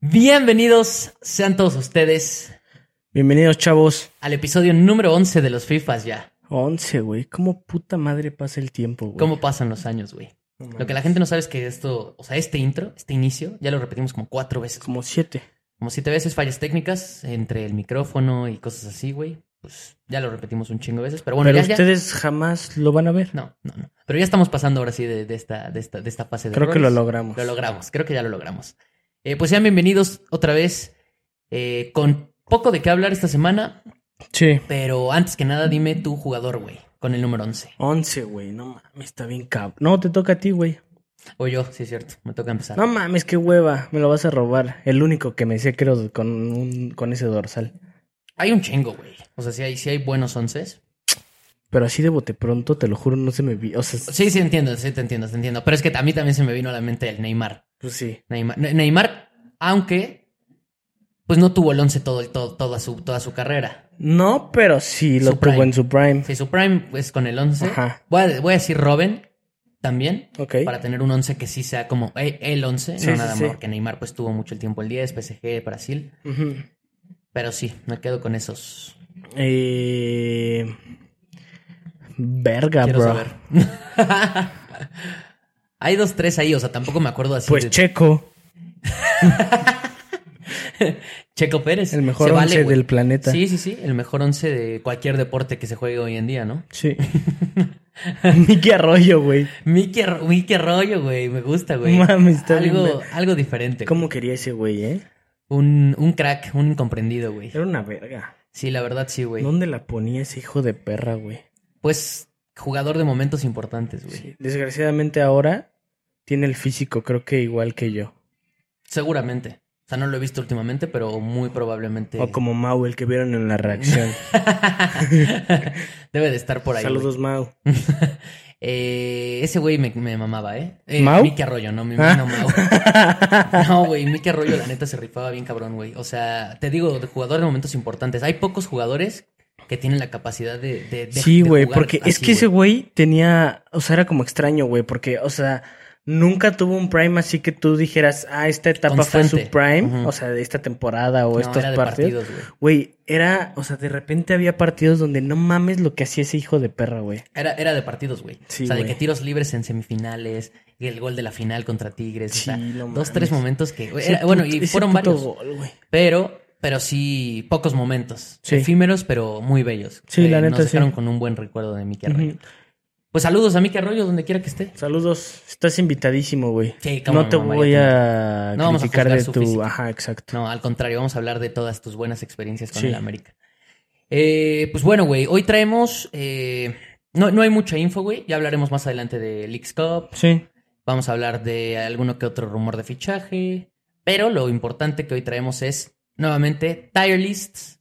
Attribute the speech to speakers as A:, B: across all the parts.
A: Bienvenidos sean todos ustedes
B: Bienvenidos, chavos.
A: al episodio número 11 de los FIFAs ya.
B: 11, güey. ¿Cómo puta madre pasa el tiempo, güey?
A: ¿Cómo pasan los años, güey?
B: No mames.
A: Lo que la gente no sabe es que esto, o sea, este intro, este inicio, ya lo repetimos como cuatro veces.
B: Como 7.
A: Como siete veces fallas técnicas entre el micrófono y cosas así, güey. Pues ya lo repetimos un chingo de veces, pero bueno,
B: Pero
A: ya, ya-
B: ustedes jamás lo van a ver.
A: No, no, no. Pero ya estamos pasando ahora sí de, de esta, de, esta, de esta fase de
B: Creo que lo
A: errores.
B: logramos.
A: Lo logramos, creo que ya lo logramos. Eh, pues sean bienvenidos otra vez eh, con poco de qué hablar esta semana,
B: Sí.
A: pero antes que nada dime tu jugador, güey, con el número 11.
B: 11, güey. No mames, está bien cabrón. No, te toca a ti, güey.
A: O yo, sí es cierto, me toca empezar.
B: No mames, qué hueva. Me lo vas a robar. El único que me sé, creo, con, un- con ese dorsal.
A: Hay un chingo, güey. O sea, sí hay, sí hay buenos onces.
B: Pero así de bote pronto, te lo juro, no se me vi. O sea, s-
A: Sí, sí entiendo, sí te entiendo, te entiendo. Pero es que a mí también se me vino a la mente el Neymar.
B: pues sí.
A: Neymar, Ne- Neymar aunque pues no tuvo el once todo, todo, toda, su, toda su carrera.
B: No, pero sí lo
A: Su
B: tuvo
A: prime.
B: en su prime.
A: Sí, su prime es con el 11.
B: Ajá.
A: Voy a, voy a decir Robin también.
B: Ok.
A: Para tener un 11 que sí sea como eh, el 11,
B: Sí,
A: no
B: sí,
A: nada
B: sí.
A: más, porque Neymar pues tuvo mucho el tiempo el 10, PSG, Brasil.
B: Ujú.
A: Pero sí, me quedo con esos.
B: Eh... Verga,
A: Quiero
B: bro.
A: saber. Hay dos, tres ahí, o sea, tampoco me acuerdo así.
B: Pues
A: de-
B: Checo,
A: Checo Pérez.
B: el mejor
A: Se vale,
B: once
A: güey.
B: del planeta.
A: Sí, sí, sí, el mejor 11 de cualquier deporte que se juegue hoy en día, ¿no?
B: Sí. Miki Arroyo, güey.
A: Mickey, Ar- Mickey Arroyo, güey, me gusta, güey.
B: Mami, está bien,
A: algo,
B: güey.
A: algo diferente.
B: ¿Cómo quería ese güey, eh?
A: Un, un crack, un incomprendido, güey.
B: Era una verga.
A: Sí, la verdad, sí, güey.
B: ¿Dónde la ponía ese hijo de perra, güey?
A: Pues jugador de momentos importantes, güey.
B: Sí. Desgraciadamente ahora tiene el físico, creo que igual que yo.
A: Seguramente. O sea, no lo he visto últimamente, pero muy probablemente.
B: O como Mau, el que vieron en la reacción.
A: Debe de estar por ahí. güey.
B: Saludos, Mau.
A: Eh, ese güey me, me mamaba, ¿eh? eh
B: ¿Mau?
A: Mickey Arroyo, no, mi,
B: Ah.
A: no Mau. No, güey, Mickey Arroyo, la neta, se rifaba bien cabrón, güey. O sea, te digo, de jugador de momentos importantes. Hay pocos jugadores que tienen la capacidad de. de- de-
B: Sí,
A: de
B: güey,
A: jugar
B: porque es
A: así,
B: que ese güey tenía, o sea, era como extraño, güey, porque, o sea, nunca tuvo un prime así que tú dijeras, ah, esta etapa fue
A: Constante.
B: su prime,
A: Ujú.
B: o sea, de esta temporada o
A: No,
B: estos
A: era de
B: partidos.
A: partidos, güey.
B: Güey, era, o sea, de repente había partidos donde no mames lo que hacía ese hijo de perra, güey.
A: Era, era de partidos, güey.
B: Sí,
A: o sea, de
B: güey.
A: que tiros libres en semifinales, y el gol de la final contra Tigres. o sea,
B: Sí, no
A: dos, tres
B: mames.
A: momentos que. güey,
B: Ese
A: era- bueno,
B: puto-
A: y
B: ese
A: fueron
B: puto
A: varios.
B: gol, güey.
A: Pero, pero sí, pocos momentos.
B: Sí.
A: Efímeros, pero muy bellos. Eh,
B: Sí, la neta,
A: Nos dejaron
B: sí.
A: con un buen recuerdo de Miki Arroyo.
B: Ujú.
A: Pues saludos a Miki Arroyo, donde quiera que esté.
B: Saludos, estás invitadísimo, güey.
A: Sí, cómo
B: no te
A: no, mamá,
B: voy
A: ya te-
B: a
A: No vamos a
B: criticar
A: juzgar
B: de
A: su
B: tu,
A: físico.
B: ajá, exacto.
A: No, al contrario, vamos a hablar de todas tus buenas experiencias con
B: Sí.
A: el América. Eh, pues bueno, güey, hoy traemos. eh, no, no hay mucha info, güey. Ya hablaremos más adelante de Leaks Cup.
B: Sí,
A: Vamos a hablar de alguno que otro rumor de fichaje. Pero lo importante que hoy traemos es, nuevamente, tier lists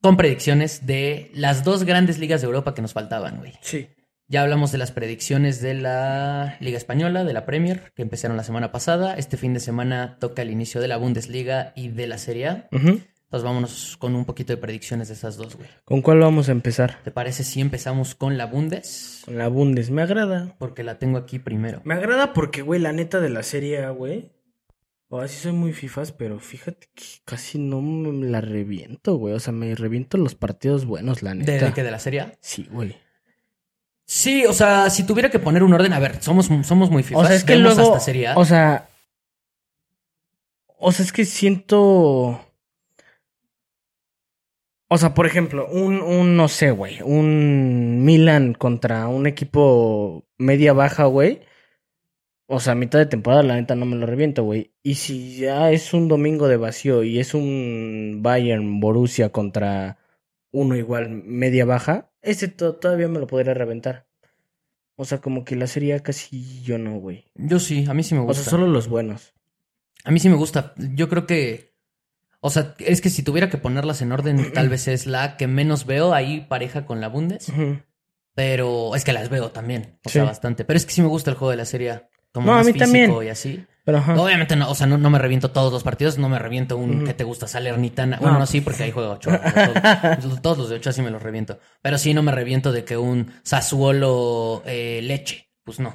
A: con predicciones de las dos grandes ligas de Europa que nos faltaban, güey.
B: sí.
A: Ya hablamos de las predicciones de la Liga Española, de la Premier, que empezaron la semana pasada. Este fin de semana toca el inicio de la Bundesliga y de la Serie A.
B: Ujú.
A: Entonces vámonos con un poquito de predicciones de esas dos, güey.
B: ¿Con cuál vamos a empezar?
A: ¿Te parece si empezamos con la Bundes?
B: Con la Bundes, me agrada.
A: Porque la tengo aquí primero.
B: Me agrada porque, güey, la neta de la serie, A, güey. O así soy muy fifas, pero fíjate que casi no me la reviento, güey. O sea, me reviento los partidos buenos, la
A: ¿De,
B: neta.
A: de qué? ¿De la Serie A?
B: Sí, güey.
A: Sí, o sea, si tuviera que poner un orden, a ver, somos, somos muy fifas.
B: O sea, es que
A: vemos
B: luego.
A: hasta Serie A.
B: O sea. O sea, es que siento. O sea, por ejemplo, un, un no sé, güey. Un Milan contra un equipo media baja, güey. O sea, a mitad de temporada, la neta, no me lo reviento, güey. Y si ya es un domingo de vacío y es un Bayern Borussia contra uno igual media baja, ese to- todavía me lo podría reventar. O sea, como que la serie A casi yo no, güey.
A: Yo sí, a mí sí me
B: O
A: gusta.
B: sea, solo los buenos.
A: A mí sí me gusta. Yo creo que. O sea, es que si tuviera que ponerlas en orden, tal vez es la que menos veo ahí pareja con la Bundes. Pero es que las veo también. O
B: Sí.
A: sea, bastante. Pero es que sí me gusta el juego de la serie. A, Como
B: No, a
A: más
B: mí
A: físico
B: también.
A: y así.
B: Pero ajá.
A: Obviamente no, o sea, no, no me reviento todos los partidos, no me reviento un
B: Ujú.
A: que te gusta Salernitana. Bueno,
B: No.
A: no sí, porque ahí juega ocho. como todo. todos los de ocho así me los reviento. Pero sí no me reviento de que un Sassuolo eh, leche. pues no.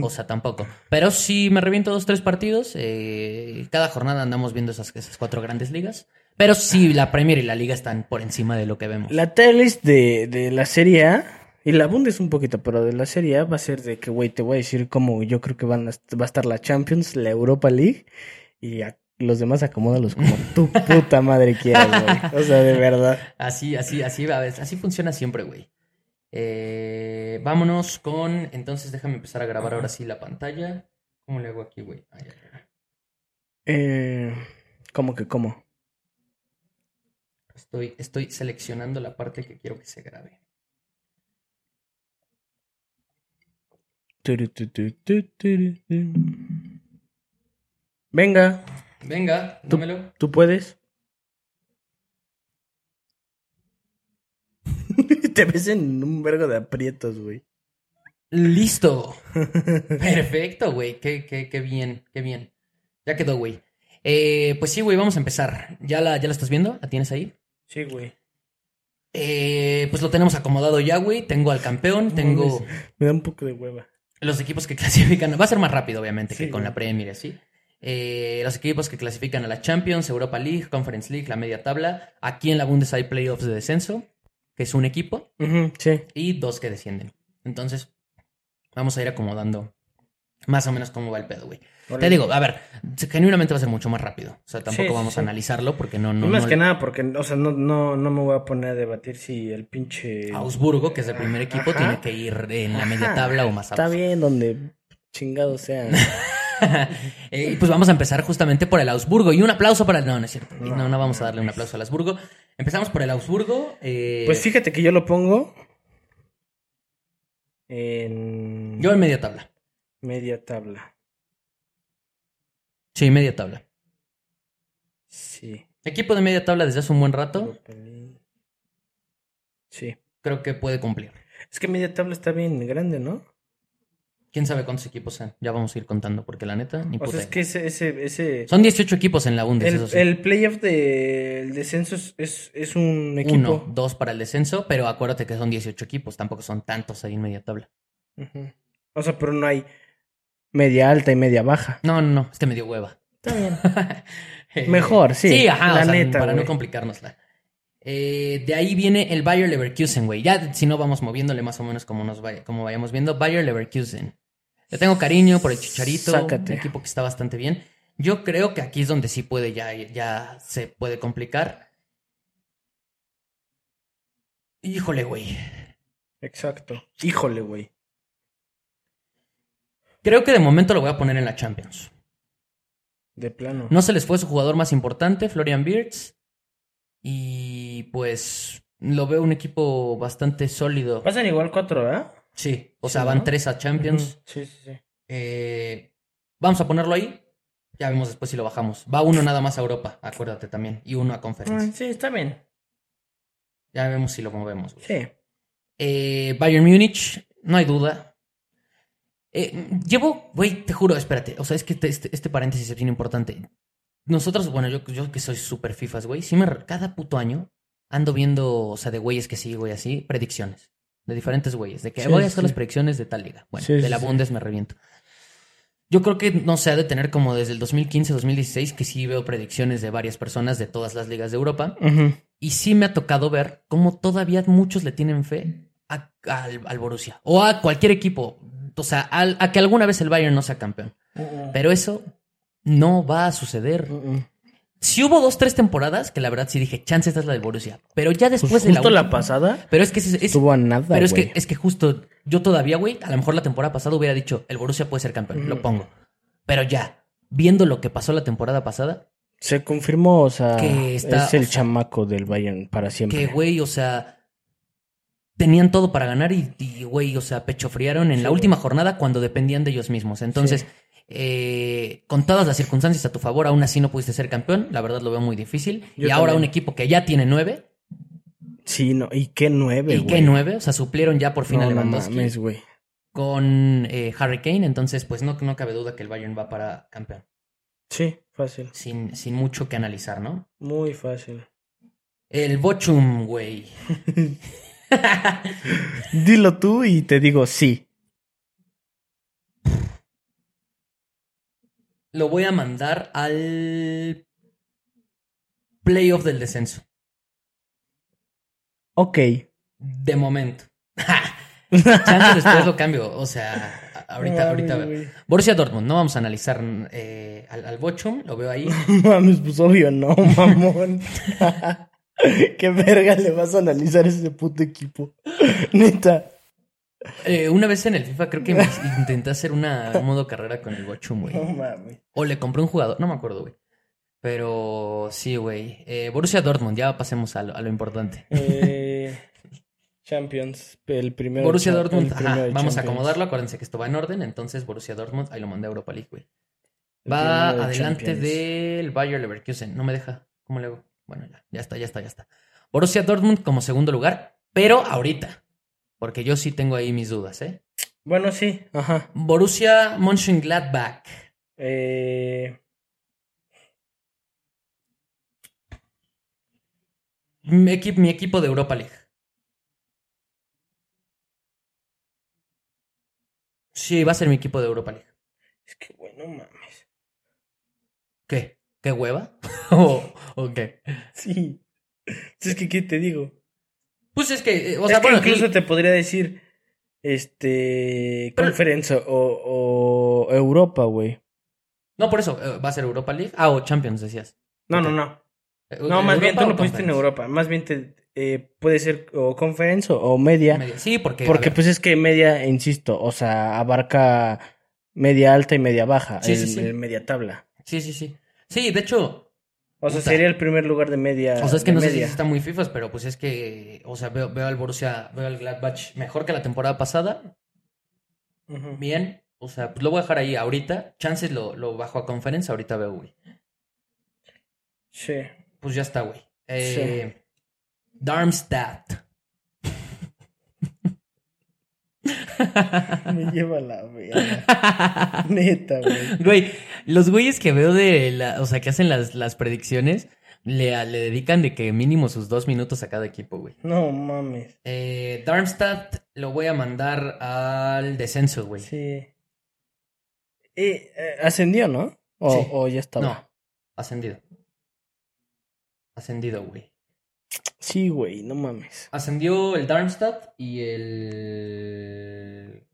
A: O sea, tampoco. Pero sí me reviento dos, tres partidos. eh, cada jornada andamos viendo esas, esas cuatro grandes ligas. Pero sí, la Premier y la Liga están por encima de lo que vemos.
B: La tier list de, de la Serie A, y la abundes un poquito, pero de la Serie A va a ser de que, güey, te voy a decir cómo yo creo que van a, est- va a estar la Champions, la Europa League, y a- los demás acomódalos como tu puta madre quieras, güey. O sea, de verdad.
A: Así, así, así, va, ves, así funciona siempre, güey. Eh, vámonos con. Entonces, déjame empezar a grabar ahora sí la pantalla. ¿Cómo le hago aquí, güey? Ah, ya, ya.
B: Eh, ¿Cómo que cómo?
A: Estoy, estoy seleccionando la parte que quiero que se grabe.
B: Turu, tu, tu, tu, turu, tu. Venga,
A: Venga,
B: Tú-
A: dámelo.
B: tú puedes. Te ves en un vergo de aprietos, güey.
A: ¡Listo! Perfecto, güey. Qué, qué, qué bien, qué bien. Ya quedó, güey. Eh, pues sí, güey, vamos a empezar. ¿Ya la, ¿Ya la estás viendo? ¿La tienes ahí?
B: Sí, güey.
A: Eh, pues lo tenemos acomodado ya, güey. Tengo al campeón,
B: No
A: tengo.
B: Me da un poco de hueva.
A: Los equipos que clasifican, va a ser más rápido obviamente que
B: Sí,
A: con
B: güey.
A: la Premier y así. Eh, los equipos que clasifican a la Champions, Europa League, Conference League, la media tabla. Aquí en la Bundes hay playoffs de descenso, que es un equipo,
B: sí.
A: y dos que descienden. Entonces, vamos a ir acomodando más o menos cómo va el pedo, güey. Te digo, a ver, genuinamente va a ser mucho más rápido. O sea, tampoco
B: Sí, sí,
A: vamos
B: sí.
A: a analizarlo porque no... no
B: y más
A: no-
B: que nada, porque, o sea, no, no, no me voy a poner a debatir si el pinche.
A: Ah, Augsburgo, que es el primer equipo,
B: Ajá.
A: tiene que ir en la media
B: Ajá.
A: tabla o más
B: Está
A: abajo.
B: bien donde chingado sea.
A: Eh, y pues vamos a empezar justamente por el Augsburgo. Y un aplauso para el. No, no es cierto. güey. No, no vamos a darle un aplauso al Augsburgo. Empezamos por el Augsburgo. eh,
B: pues fíjate que yo lo pongo. En.
A: Yo en media tabla.
B: Media tabla.
A: Sí, media tabla.
B: Sí.
A: Equipo de media tabla desde hace un buen rato.
B: Europa League. Sí.
A: Creo que puede cumplir.
B: Es que media tabla está bien grande, ¿no?
A: Quién sabe cuántos equipos sean. Ya vamos a ir contando, porque la neta, ni
B: O
A: puta
B: sea, es
A: idea.
B: que ese. ese, ese...
A: Son 18 equipos en la Bundes,
B: El,
A: eso sí.
B: el playoff del descenso es, es, es un equipo.
A: Uno, dos para el descenso, pero acuérdate que son 18 equipos, tampoco son tantos ahí en media tabla.
B: Ujú. O sea, pero no hay media alta y media baja.
A: No, no, no, es que me dio hueva.
B: Está bien.
A: Eh,
B: Mejor, sí,
A: Sí, ajá,
B: la
A: o sea,
B: neta,
A: para no
B: güey.
A: complicárnosla. Eh, de ahí viene el Bayer Leverkusen, güey. Ya si no vamos moviéndole más o menos como nos vaya- como vayamos viendo. Bayer Leverkusen. Le tengo cariño por el Chicharito,
B: Sácate.
A: un equipo que está bastante bien. Yo creo que aquí es donde sí puede ya, ya se puede complicar. Híjole, güey.
B: Exacto. Híjole, güey.
A: Creo que de momento lo voy a poner en la Champions.
B: De plano.
A: No se les fue su jugador más importante, Florian Birds. Y pues lo veo un equipo bastante sólido.
B: Pasan igual cuatro, ¿verdad?
A: Sí, o
B: Sí,
A: sea, van
B: ¿no?
A: tres a Champions.
B: Ujú. Sí, sí, sí.
A: Eh, vamos a ponerlo ahí. Ya vemos después si lo bajamos. Va uno nada más a Europa, acuérdate también. Y uno a
B: Ah,
A: Conference.
B: sí, está bien.
A: Ya vemos si lo movemos. güey.
B: Sí.
A: Eh, Bayern Múnich, no hay duda. Eh, llevo, güey, te juro, espérate. O sea, es que te- este, este paréntesis es bien importante. Nosotros, bueno, yo, yo que soy súper fifas, güey, sí me, re- cada puto año ando viendo, o sea, de güeyes que sí, güey, así, predicciones. De diferentes güeyes. De que
B: Sí,
A: voy a hacer
B: sí.
A: las predicciones de tal liga. Bueno,
B: Sí,
A: de
B: sí,
A: la
B: sí.
A: Bundes me reviento. Yo creo que, no sé, ha de tener como desde el 2015, 2016, que sí veo predicciones de varias personas de todas las ligas de Europa. Y sí me ha tocado ver cómo todavía muchos le tienen fe a- al, al Borussia o a cualquier equipo. O sea, al- a que alguna vez el Bayern no sea campeón. Pero eso no va a suceder.
B: Ujú.
A: Si hubo dos, tres temporadas que la verdad sí dije, chance esta es la del Borussia. Pero ya
B: Pues
A: después de
B: justo la,
A: última-
B: pasada
A: Pero es que es, es-
B: estuvo a nada,
A: pero es que,
B: güey.
A: es que justo yo todavía, güey, a lo mejor la temporada pasada hubiera dicho, el Borussia puede ser campeón, lo
B: Ujú.
A: pongo. Pero ya, viendo lo que pasó la temporada pasada,
B: Se confirmó, o sea,
A: Que está-
B: es el
A: o sea,
B: chamaco del Bayern para siempre.
A: Que, güey, o sea, tenían todo para ganar y, y, güey, o sea, pecho friaron en
B: Sí,
A: la
B: güey.
A: última jornada cuando dependían de ellos mismos. Entonces, eh, con todas las circunstancias a tu favor, aún así no pudiste ser campeón. La verdad lo veo muy difícil.
B: Yo
A: y ahora
B: también.
A: un equipo que ya tiene nueve.
B: Sí, no, y qué nueve,
A: ¿Y
B: güey.
A: qué nueve? O sea, suplieron ya por fin a
B: No, no
A: Lewandowski
B: mames, güey.
A: con eh, Harry Kane. Entonces, pues no, no cabe duda que el Bayern va para campeón.
B: Sí, fácil.
A: Sin, sin mucho que analizar, ¿no?
B: Muy fácil.
A: El Bochum, güey.
B: Dilo tú y te digo sí.
A: lo voy a mandar al playoff del descenso.
B: Ok.
A: De momento. Chance después lo cambio. O sea, a- ahorita, ahorita. veo.
B: Mames,
A: Borussia Dortmund, no vamos a analizar eh, al, al Bochum, lo veo ahí.
B: güey. Mames, pues obvio no, mamón. ¿Qué verga le vas a analizar a ese puto equipo? Neta.
A: Eh, una vez en el FIFA creo que me- intenté hacer una un modo carrera con el Bochum, güey.
B: No mames.
A: O le compré un jugador, no me acuerdo, güey. Pero sí, güey. Eh, Borussia Dortmund, ya pasemos a lo, a lo importante.
B: Eh, Champions, el primero.
A: Borussia
B: cha-
A: Dortmund,
B: el
A: ajá,
B: primero de
A: vamos a
B: Champions.
A: acomodarlo, acuérdense que esto va en orden, entonces Borussia Dortmund, ahí lo mandé a Europa League, güey.
B: El
A: Va
B: primero de
A: adelante
B: Champions.
A: del Bayer Leverkusen. No me deja. ¿Cómo le hago? Bueno, ya, ya está, ya está, ya está. Borussia Dortmund como segundo lugar, pero ahorita. Porque yo sí tengo ahí mis dudas, ¿eh?
B: Bueno, sí, ajá.
A: Borussia Mönchengladbach.
B: Eh,
A: Mi, equi- mi equipo de Europa League. Sí, va a ser mi equipo de Europa League.
B: es que, güey, no mames.
A: ¿Qué? ¿Qué hueva? ¿O, o qué?
B: Sí. Si es que, ¿qué te digo?
A: Pues es que, eh, o
B: O
A: sea,
B: sea,
A: bueno,
B: incluso
A: sí,
B: te podría decir, este,
A: Pero-
B: conferencia o, o Europa, güey.
A: No, por eso, eh, va a ser Europa League. Ah, o Champions, decías.
B: No, no, no.
A: Eh,
B: No, más bien tú
A: ¿Europa
B: lo
A: o
B: pusiste en
A: Conference?
B: Europa. Más bien te, eh, puede ser o conferencia o media.
A: Media. Sí, porque.
B: porque
A: a ver,
B: pues es que media, insisto, o sea, abarca media alta y media baja,
A: Sí,
B: el,
A: sí, sí.
B: el media tabla.
A: sí, sí, sí. Sí, de hecho,
B: O sea,
A: Puta.
B: sería el primer lugar de media.
A: o sea, es que
B: Ah, de
A: no sé si
B: media.
A: está muy fifas, pero pues es que, o sea, veo, veo al Borussia, veo al Gladbach mejor que la temporada pasada.
B: Ujú.
A: Bien, o sea, pues lo voy a dejar ahí ahorita. Chances lo, lo bajo a conferencia, ahorita veo, güey.
B: Sí.
A: Pues ya está, güey. Eh, Darmstadt.
B: Me lleva la verga. Neta, güey.
A: Güey, los güeyes que veo de la, o sea, que hacen las, las predicciones, le, le dedican de que mínimo sus dos minutos a cada equipo, güey.
B: No mames.
A: Eh, Darmstadt lo voy a mandar al descenso, güey.
B: Sí. Eh, eh, ascendió, ¿no? O,
A: Sí.
B: o ya estaba.
A: No, ascendido. Ascendido, güey.
B: Sí, güey, no mames.
A: Ascendió el Darmstadt y el...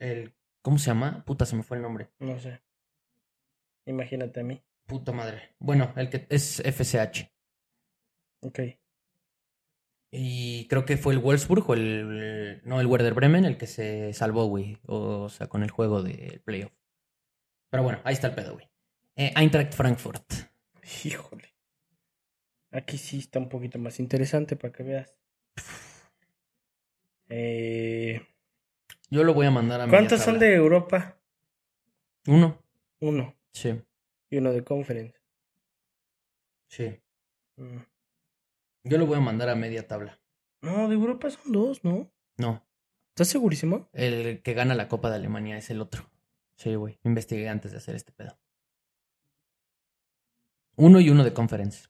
A: el... ¿Cómo se llama? Puta, se me fue el nombre.
B: No sé. Imagínate a mí.
A: Puta madre. Bueno, el que es FCH.
B: Ok.
A: Y creo que fue el Wolfsburg o el... No, el Werder Bremen el que se salvó, güey. O sea, con el juego del playoff. Pero bueno, ahí está el pedo, güey. Eh, Eintracht Frankfurt.
B: Híjole. Aquí sí está un poquito más interesante para que veas. Eh,
A: Yo lo voy a mandar a media
B: ¿Cuántos son
A: tabla.
B: de Europa?
A: Uno.
B: Uno.
A: Sí,
B: Y uno de Conference.
A: sí.
B: Mm.
A: Yo lo voy a mandar a media tabla.
B: No, de Europa son dos, ¿no?
A: No,
B: ¿Estás segurísimo?
A: el que gana la Copa de Alemania es el otro. Sí, güey. Investigué antes de hacer este pedo. Uno y uno de conference.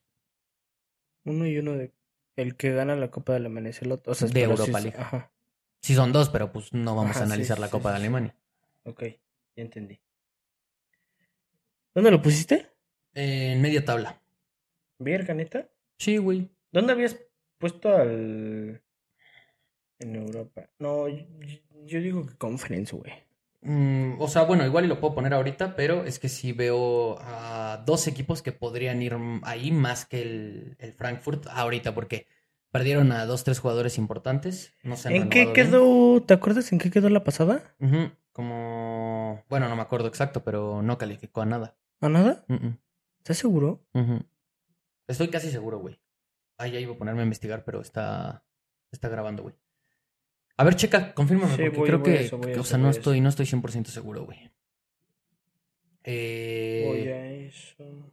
B: Uno y uno de... El que gana la Copa del Amanecer, el otro. O sea,
A: De
B: pero sí
A: Europa
B: es-
A: League.
B: Ajá.
A: Sí son dos, pero pues no vamos
B: Ajá,
A: a
B: sí,
A: analizar la
B: sí,
A: Copa
B: sí,
A: de
B: sí.
A: Alemania.
B: Ok, ya entendí. ¿Dónde lo pusiste?
A: Eh, en media tabla.
B: Verga, neta.
A: Sí, güey.
B: ¿Dónde habías puesto al. en Europa? No, yo, yo digo que conference, güey.
A: Mm, o sea, bueno, igual y lo puedo poner ahorita, pero es que sí veo a dos equipos que podrían ir m- ahí más que el, el Frankfurt ahorita, porque perdieron a dos, tres jugadores importantes. No se han
B: ¿En qué
A: renovado bien.
B: quedó? ¿Te acuerdas en qué quedó la pasada?
A: Ujú, Como, bueno, no me acuerdo exacto, pero no calificó a nada.
B: ¿A nada?
A: Mm,
B: ¿Estás seguro?
A: mm, ujú. Estoy casi seguro, güey. Ahí ya iba a ponerme a investigar, pero está, está grabando, güey. A ver, checa, confírmame,
B: Sí,
A: porque
B: voy-
A: creo
B: voy a
A: que,
B: eso, voy a
A: que, o
B: eso,
A: sea,
B: voy
A: no
B: a eso.
A: estoy, no estoy 100% seguro, güey. Eh,
B: Voy a eso.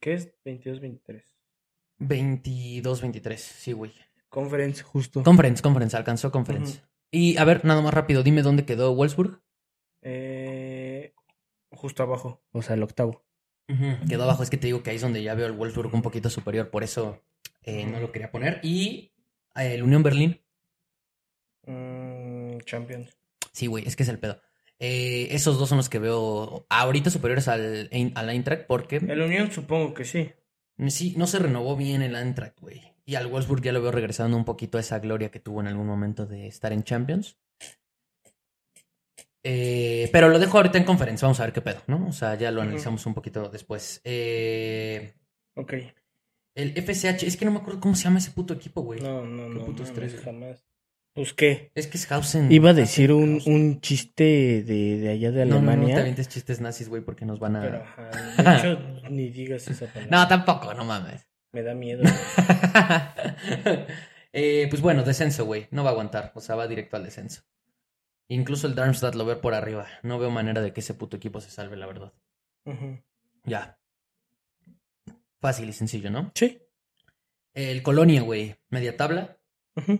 B: ¿Qué es? 22-23.
A: 22, 23, sí, güey.
B: Conference, justo.
A: Conference, conference, alcanzó conference. Y a ver, nada más rápido, dime dónde quedó Wolfsburg.
B: Eh, justo abajo. O sea, el octavo.
A: Quedó abajo, es que te digo que ahí es donde ya veo el Wolfsburg un poquito superior, por eso eh, no lo quería poner. Y eh, el Unión Berlín,
B: Mm, Champions.
A: sí, güey, es que es el pedo. Eh, esos dos son los que veo ahorita superiores al, al Eintracht porque
B: El Unión supongo que sí.
A: sí, no se renovó bien el Eintracht, güey. Y al Wolfsburg ya lo veo regresando un poquito a esa gloria que tuvo en algún momento de estar en Champions. Eh, pero lo dejo ahorita en conferencia, vamos a ver qué pedo, ¿no? O sea, ya lo
B: Ujú.
A: analizamos un poquito después. Eh,
B: Ok.
A: el FCH, es que no me acuerdo cómo se llama ese puto equipo, güey.
B: No, no, no.
A: putos
B: mames,
A: tres.
B: jamás. Pues qué.
A: Es que es Hausen.
B: Iba a decir un,
A: Hausen.
B: un chiste de, de allá de
A: No, no, no te
B: Alemania.
A: avientes chistes nazis, güey, porque nos van a.
B: pero ajá, de hecho, ni digas esa palabra.
A: No, tampoco, no mames.
B: Me da miedo.
A: Eh, pues bueno, descenso, güey. No va a aguantar. O sea, va directo al descenso. Incluso el Darmstadt lo veo por arriba. No veo manera de que ese puto equipo se salve, la verdad.
B: Ujú.
A: Ya. Fácil y sencillo, ¿no?
B: Sí.
A: El Colonia, güey. Media tabla. Eh,
B: Ujú.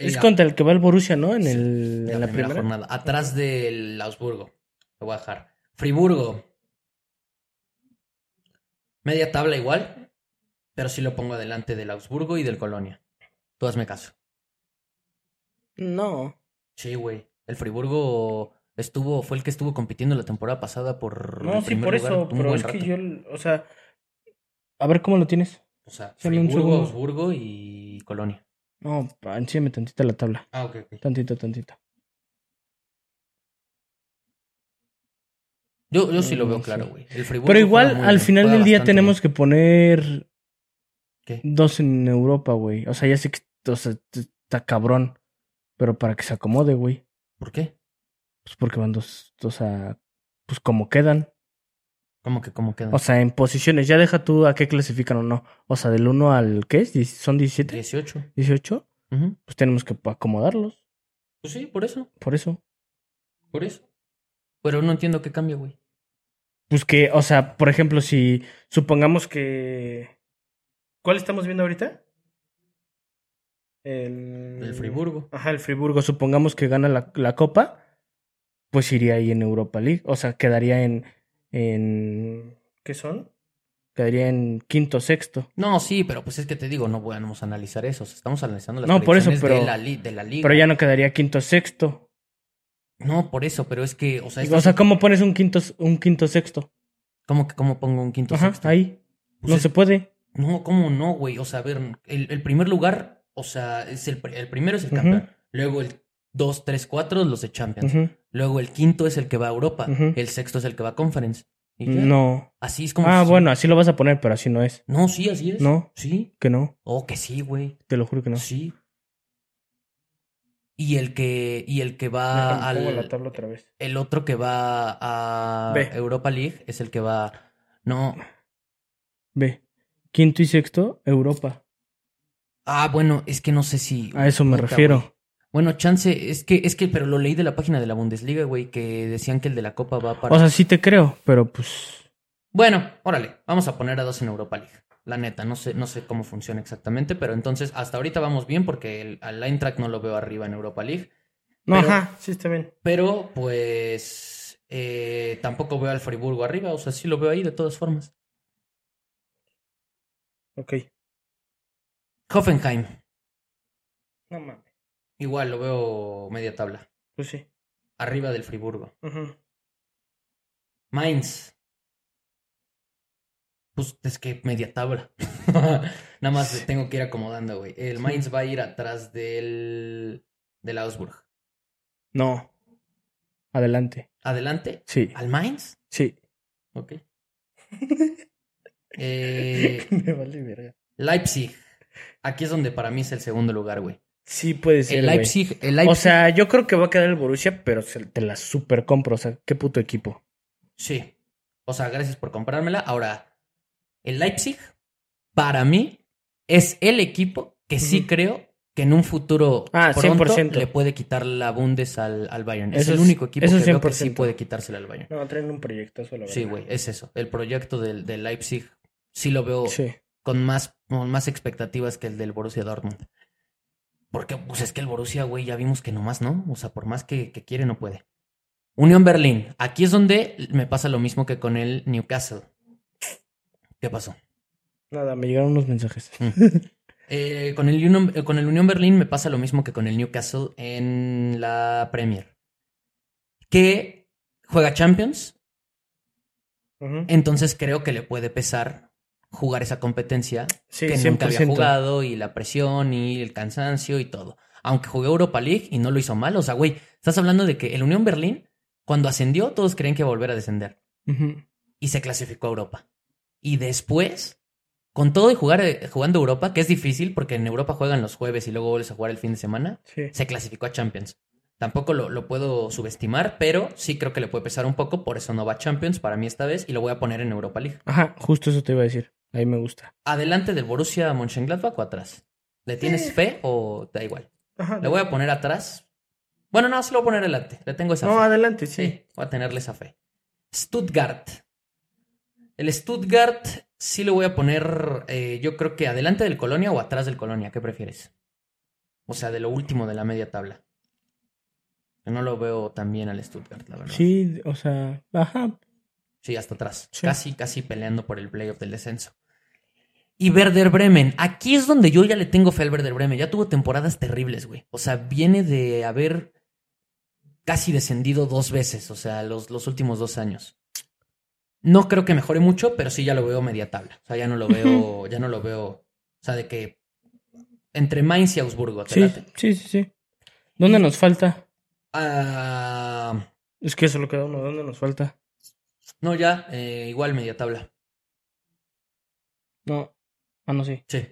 A: En
B: Es
A: la-
B: contra el que va el Borussia, ¿no? En, el,
A: la
B: en la
A: primera,
B: primera.
A: jornada. Atrás del Augsburgo. Lo voy a dejar. Friburgo. Media tabla igual. Pero sí lo pongo adelante del Augsburgo y del Colonia. Tú hazme caso.
B: No.
A: Sí, güey. El Friburgo estuvo, fue el que estuvo compitiendo la temporada pasada por
B: No,
A: el
B: sí,
A: primer
B: por
A: lugar
B: eso.
A: un
B: Pero
A: buen
B: es que
A: rato.
B: yo, o sea. A ver cómo lo tienes.
A: O sea,
B: Dame un
A: Friburgo,
B: segundo.
A: Augsburgo y Colonia.
B: No, pa, enséñame tantita la tabla.
A: Ah, ok, ok.
B: Tantito, tantito.
A: Yo, yo sí lo
B: Mm,
A: veo
B: sí.
A: claro, güey. El Friburgo
B: Pero igual,
A: juega muy
B: al
A: bien,
B: final
A: juega
B: del día
A: bastante
B: tenemos que poner
A: bien. ¿Qué?
B: dos en Europa, güey. O sea, ya sé que o sea, t- está cabrón. Pero para que se acomode, güey.
A: ¿Por qué?
B: Pues porque van dos, o sea, pues como quedan.
A: ¿Cómo que cómo quedan?
B: O sea, en posiciones. Ya deja tú a qué clasifican o no. O sea, del 1 al, ¿qué es? Diez- ¿Son 17?
A: 18.
B: ¿18?
A: Ujú.
B: Pues tenemos que acomodarlos.
A: Pues sí, por eso,
B: Por eso.
A: por eso. Pero no entiendo qué cambia, güey.
B: Pues que, o sea, por ejemplo, si supongamos que... ¿Cuál estamos viendo ahorita? El...
A: El Friburgo.
B: Ajá, el Friburgo. Supongamos que gana la, la Copa, pues iría ahí en Europa League. O sea, quedaría en... en... ¿Qué son? Quedaría en quinto, sexto.
A: No, sí, pero pues es que te digo, no podemos analizar eso. O sea, estamos analizando las
B: No, por eso,
A: predicciones
B: pero-
A: de, la li- de la liga.
B: Pero ya no quedaría quinto, sexto.
A: No, por eso, pero es que, o sea, esto
B: O sea,
A: sí-
B: ¿cómo pones un quinto, un quinto, sexto?
A: ¿cómo que cómo pongo un quinto
B: Ajá,
A: sexto?
B: ahí.
A: Pues
B: no
A: es-
B: se puede.
A: No, ¿cómo no, güey? O sea, a ver, el, el primer lugar, o sea, es el, pr- el primero es el
B: Ujú.
A: campeón. Luego el 2, 3, 4, los de Champions.
B: Ujú.
A: Luego el quinto es el que va a Europa.
B: Ujú.
A: El sexto es el que va a Conference. Y ya.
B: No.
A: Así es como.
B: Ah,
A: se-
B: bueno, así lo vas a poner, pero así no es.
A: No, sí, así es.
B: No.
A: Sí.
B: Que no.
A: Oh, que sí, güey.
B: Te lo juro que no.
A: Sí. Y el que, y el que va
B: Déjame, pongo la
A: Ah, al.
B: tabla otra vez.
A: El otro que va a
B: Ve.
A: Europa League es el que va. No.
B: Ve. Quinto y sexto, Europa.
A: Ah, bueno, es que no sé si.
B: A eso me
A: Puta,
B: refiero.
A: güey. Bueno, chance, es que, es que, pero lo leí de la página de la Bundesliga, güey, que decían que el de la Copa va para.
B: O sea, sí te creo, pero pues.
A: Bueno, órale, vamos a poner a dos en Europa League. La neta, no sé, no sé cómo funciona exactamente, pero entonces hasta ahorita vamos bien porque el, al Eintracht no lo veo arriba en Europa League.
B: No,
A: Pero-
B: ajá, sí está bien.
A: Pero pues eh, tampoco veo al Friburgo arriba, o sea, sí lo veo ahí de todas formas.
B: Ok.
A: Hoffenheim,
B: No mames.
A: igual lo veo media tabla,
B: Pues sí.
A: arriba del Friburgo.
B: Ujú.
A: Mainz. Pues es que media tabla. Nada más tengo que ir acomodando, güey. El
B: Sí.
A: Mainz va a ir atrás del, del Augsburg.
B: No. Adelante.
A: Adelante.
B: Sí.
A: ¿Al Mainz?
B: Sí.
A: Ok. Eh,
B: me vale verga.
A: Leipzig. Aquí es donde para mí es el segundo lugar, güey.
B: Sí puede ser.
A: El
B: güey.
A: Leipzig, el
B: O
A: Leipzig.
B: sea, yo creo que va a quedar el Borussia, pero se- te la super compro. O sea, qué puto equipo.
A: Sí. O sea, gracias por comprármela. Ahora, el Leipzig, para mí, es el equipo que sí
B: Ujú.
A: creo que en un futuro
B: Ah,
A: pronto
B: 100%.
A: le puede quitar la Bundes al, al Bayern. es
B: Eso
A: el
B: es-
A: único equipo
B: eso
A: que
B: es
A: creo que sí
B: 100%.
A: puede quitársela al Bayern.
B: No, traen un proyectazo, la
A: Sí, güey, es eso. El proyecto del, del Leipzig sí lo veo
B: Sí.
A: con más, con más expectativas que el del Borussia Dortmund. Porque pues es que el Borussia, güey, ya vimos que nomás no. O sea, por más que, que quiere, no puede. Unión Berlín. Aquí es donde me pasa lo mismo que con el Newcastle. ¿Qué pasó?
B: Nada, me llegaron unos mensajes.
A: Mm. Eh, con, el Union- eh, con el Unión Berlín me pasa lo mismo que con el Newcastle en la Premier. que juega Champions,
B: Ujú.
A: entonces creo que le puede pesar jugar esa competencia
B: Sí,
A: que
B: 100%.
A: nunca había jugado y la presión y el cansancio y todo. Aunque jugó Europa League y no lo hizo mal, o sea, güey, estás hablando de que el Unión Berlín, cuando ascendió, todos creen que iba a volver a descender
B: Ujú.
A: y se clasificó a Europa. Y después, con todo y jugar eh, jugando Europa, que es difícil porque en Europa juegan los jueves y luego vuelves a jugar el fin de semana,
B: Sí.
A: se clasificó a Champions. Tampoco lo, lo puedo subestimar, pero sí creo que le puede pesar un poco, por eso no va a Champions para mí esta vez y lo voy a poner en Europa League.
B: Ajá, justo eso te iba a decir. Ahí me gusta.
A: ¿Adelante del Borussia Mönchengladbach o atrás? ¿Le tienes fe o te da igual?
B: Ajá.
A: ¿Le voy a poner atrás? Bueno, no, se lo voy a poner adelante. Le tengo esa
B: No,
A: fe.
B: adelante, sí.
A: Sí, voy a tenerle esa fe. Stuttgart. El Stuttgart sí lo voy a poner, eh, yo creo que adelante del Colonia o atrás del Colonia, ¿qué prefieres? O sea, de lo último de la media tabla. Yo no lo veo tan bien al Stuttgart, la verdad.
B: Sí, o sea, ajá.
A: Sí, hasta atrás.
B: Sí.
A: Casi, casi peleando por el playoff del descenso. Y Werder Bremen. Aquí es donde yo ya le tengo fe al Werder Bremen. Ya tuvo temporadas terribles, güey. O sea, viene de haber casi descendido dos veces, o sea, los, los últimos dos años. No creo que mejore mucho, pero sí ya lo veo media tabla. O sea, ya no lo veo, ya no lo veo. O sea, de que entre Mainz y Augsburgo. te
B: Sí,
A: late.
B: sí, sí, sí. ¿Dónde nos falta?
A: Ah,
B: Es que solo queda uno. ¿Dónde nos falta?
A: no, ya, eh, igual media tabla.
B: No. Ah, no, sí.
A: Sí,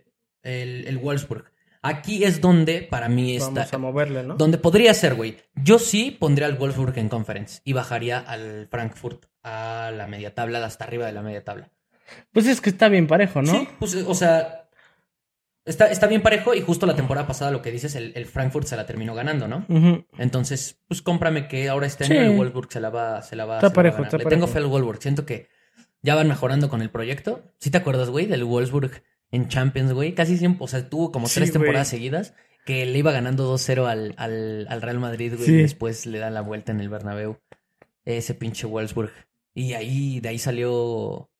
A: el, el Wolfsburg. Aquí es donde para mí está.
B: Vamos a moverle, ¿no?
A: Donde podría ser, güey. Yo sí pondría al Wolfsburg en conference y bajaría al Frankfurt a la media tabla, hasta arriba de la media tabla.
B: Pues es que está bien parejo, ¿no?
A: Sí, pues, o sea, está, está bien parejo y justo la temporada pasada lo que dices, el, el Frankfurt se la terminó ganando, ¿no?
B: Ujú.
A: Entonces, pues cómprame que ahora este
B: Sí.
A: año el Wolfsburg se la va, se la va,
B: Está
A: se la va
B: parejo,
A: a ganar.
B: está
A: Le
B: parejo.
A: tengo fe al Wolfsburg. Siento que ya van mejorando con el proyecto. ¿Sí te acuerdas, güey, del Wolfsburg en Champions, güey? Casi siempre, o sea, tuvo como
B: Sí,
A: tres
B: güey.
A: temporadas seguidas que le iba ganando 2-0 al, al, al Real Madrid, güey.
B: Sí.
A: Y después le da la vuelta en el Bernabéu. Ese pinche Wolfsburg. Y ahí, de ahí salió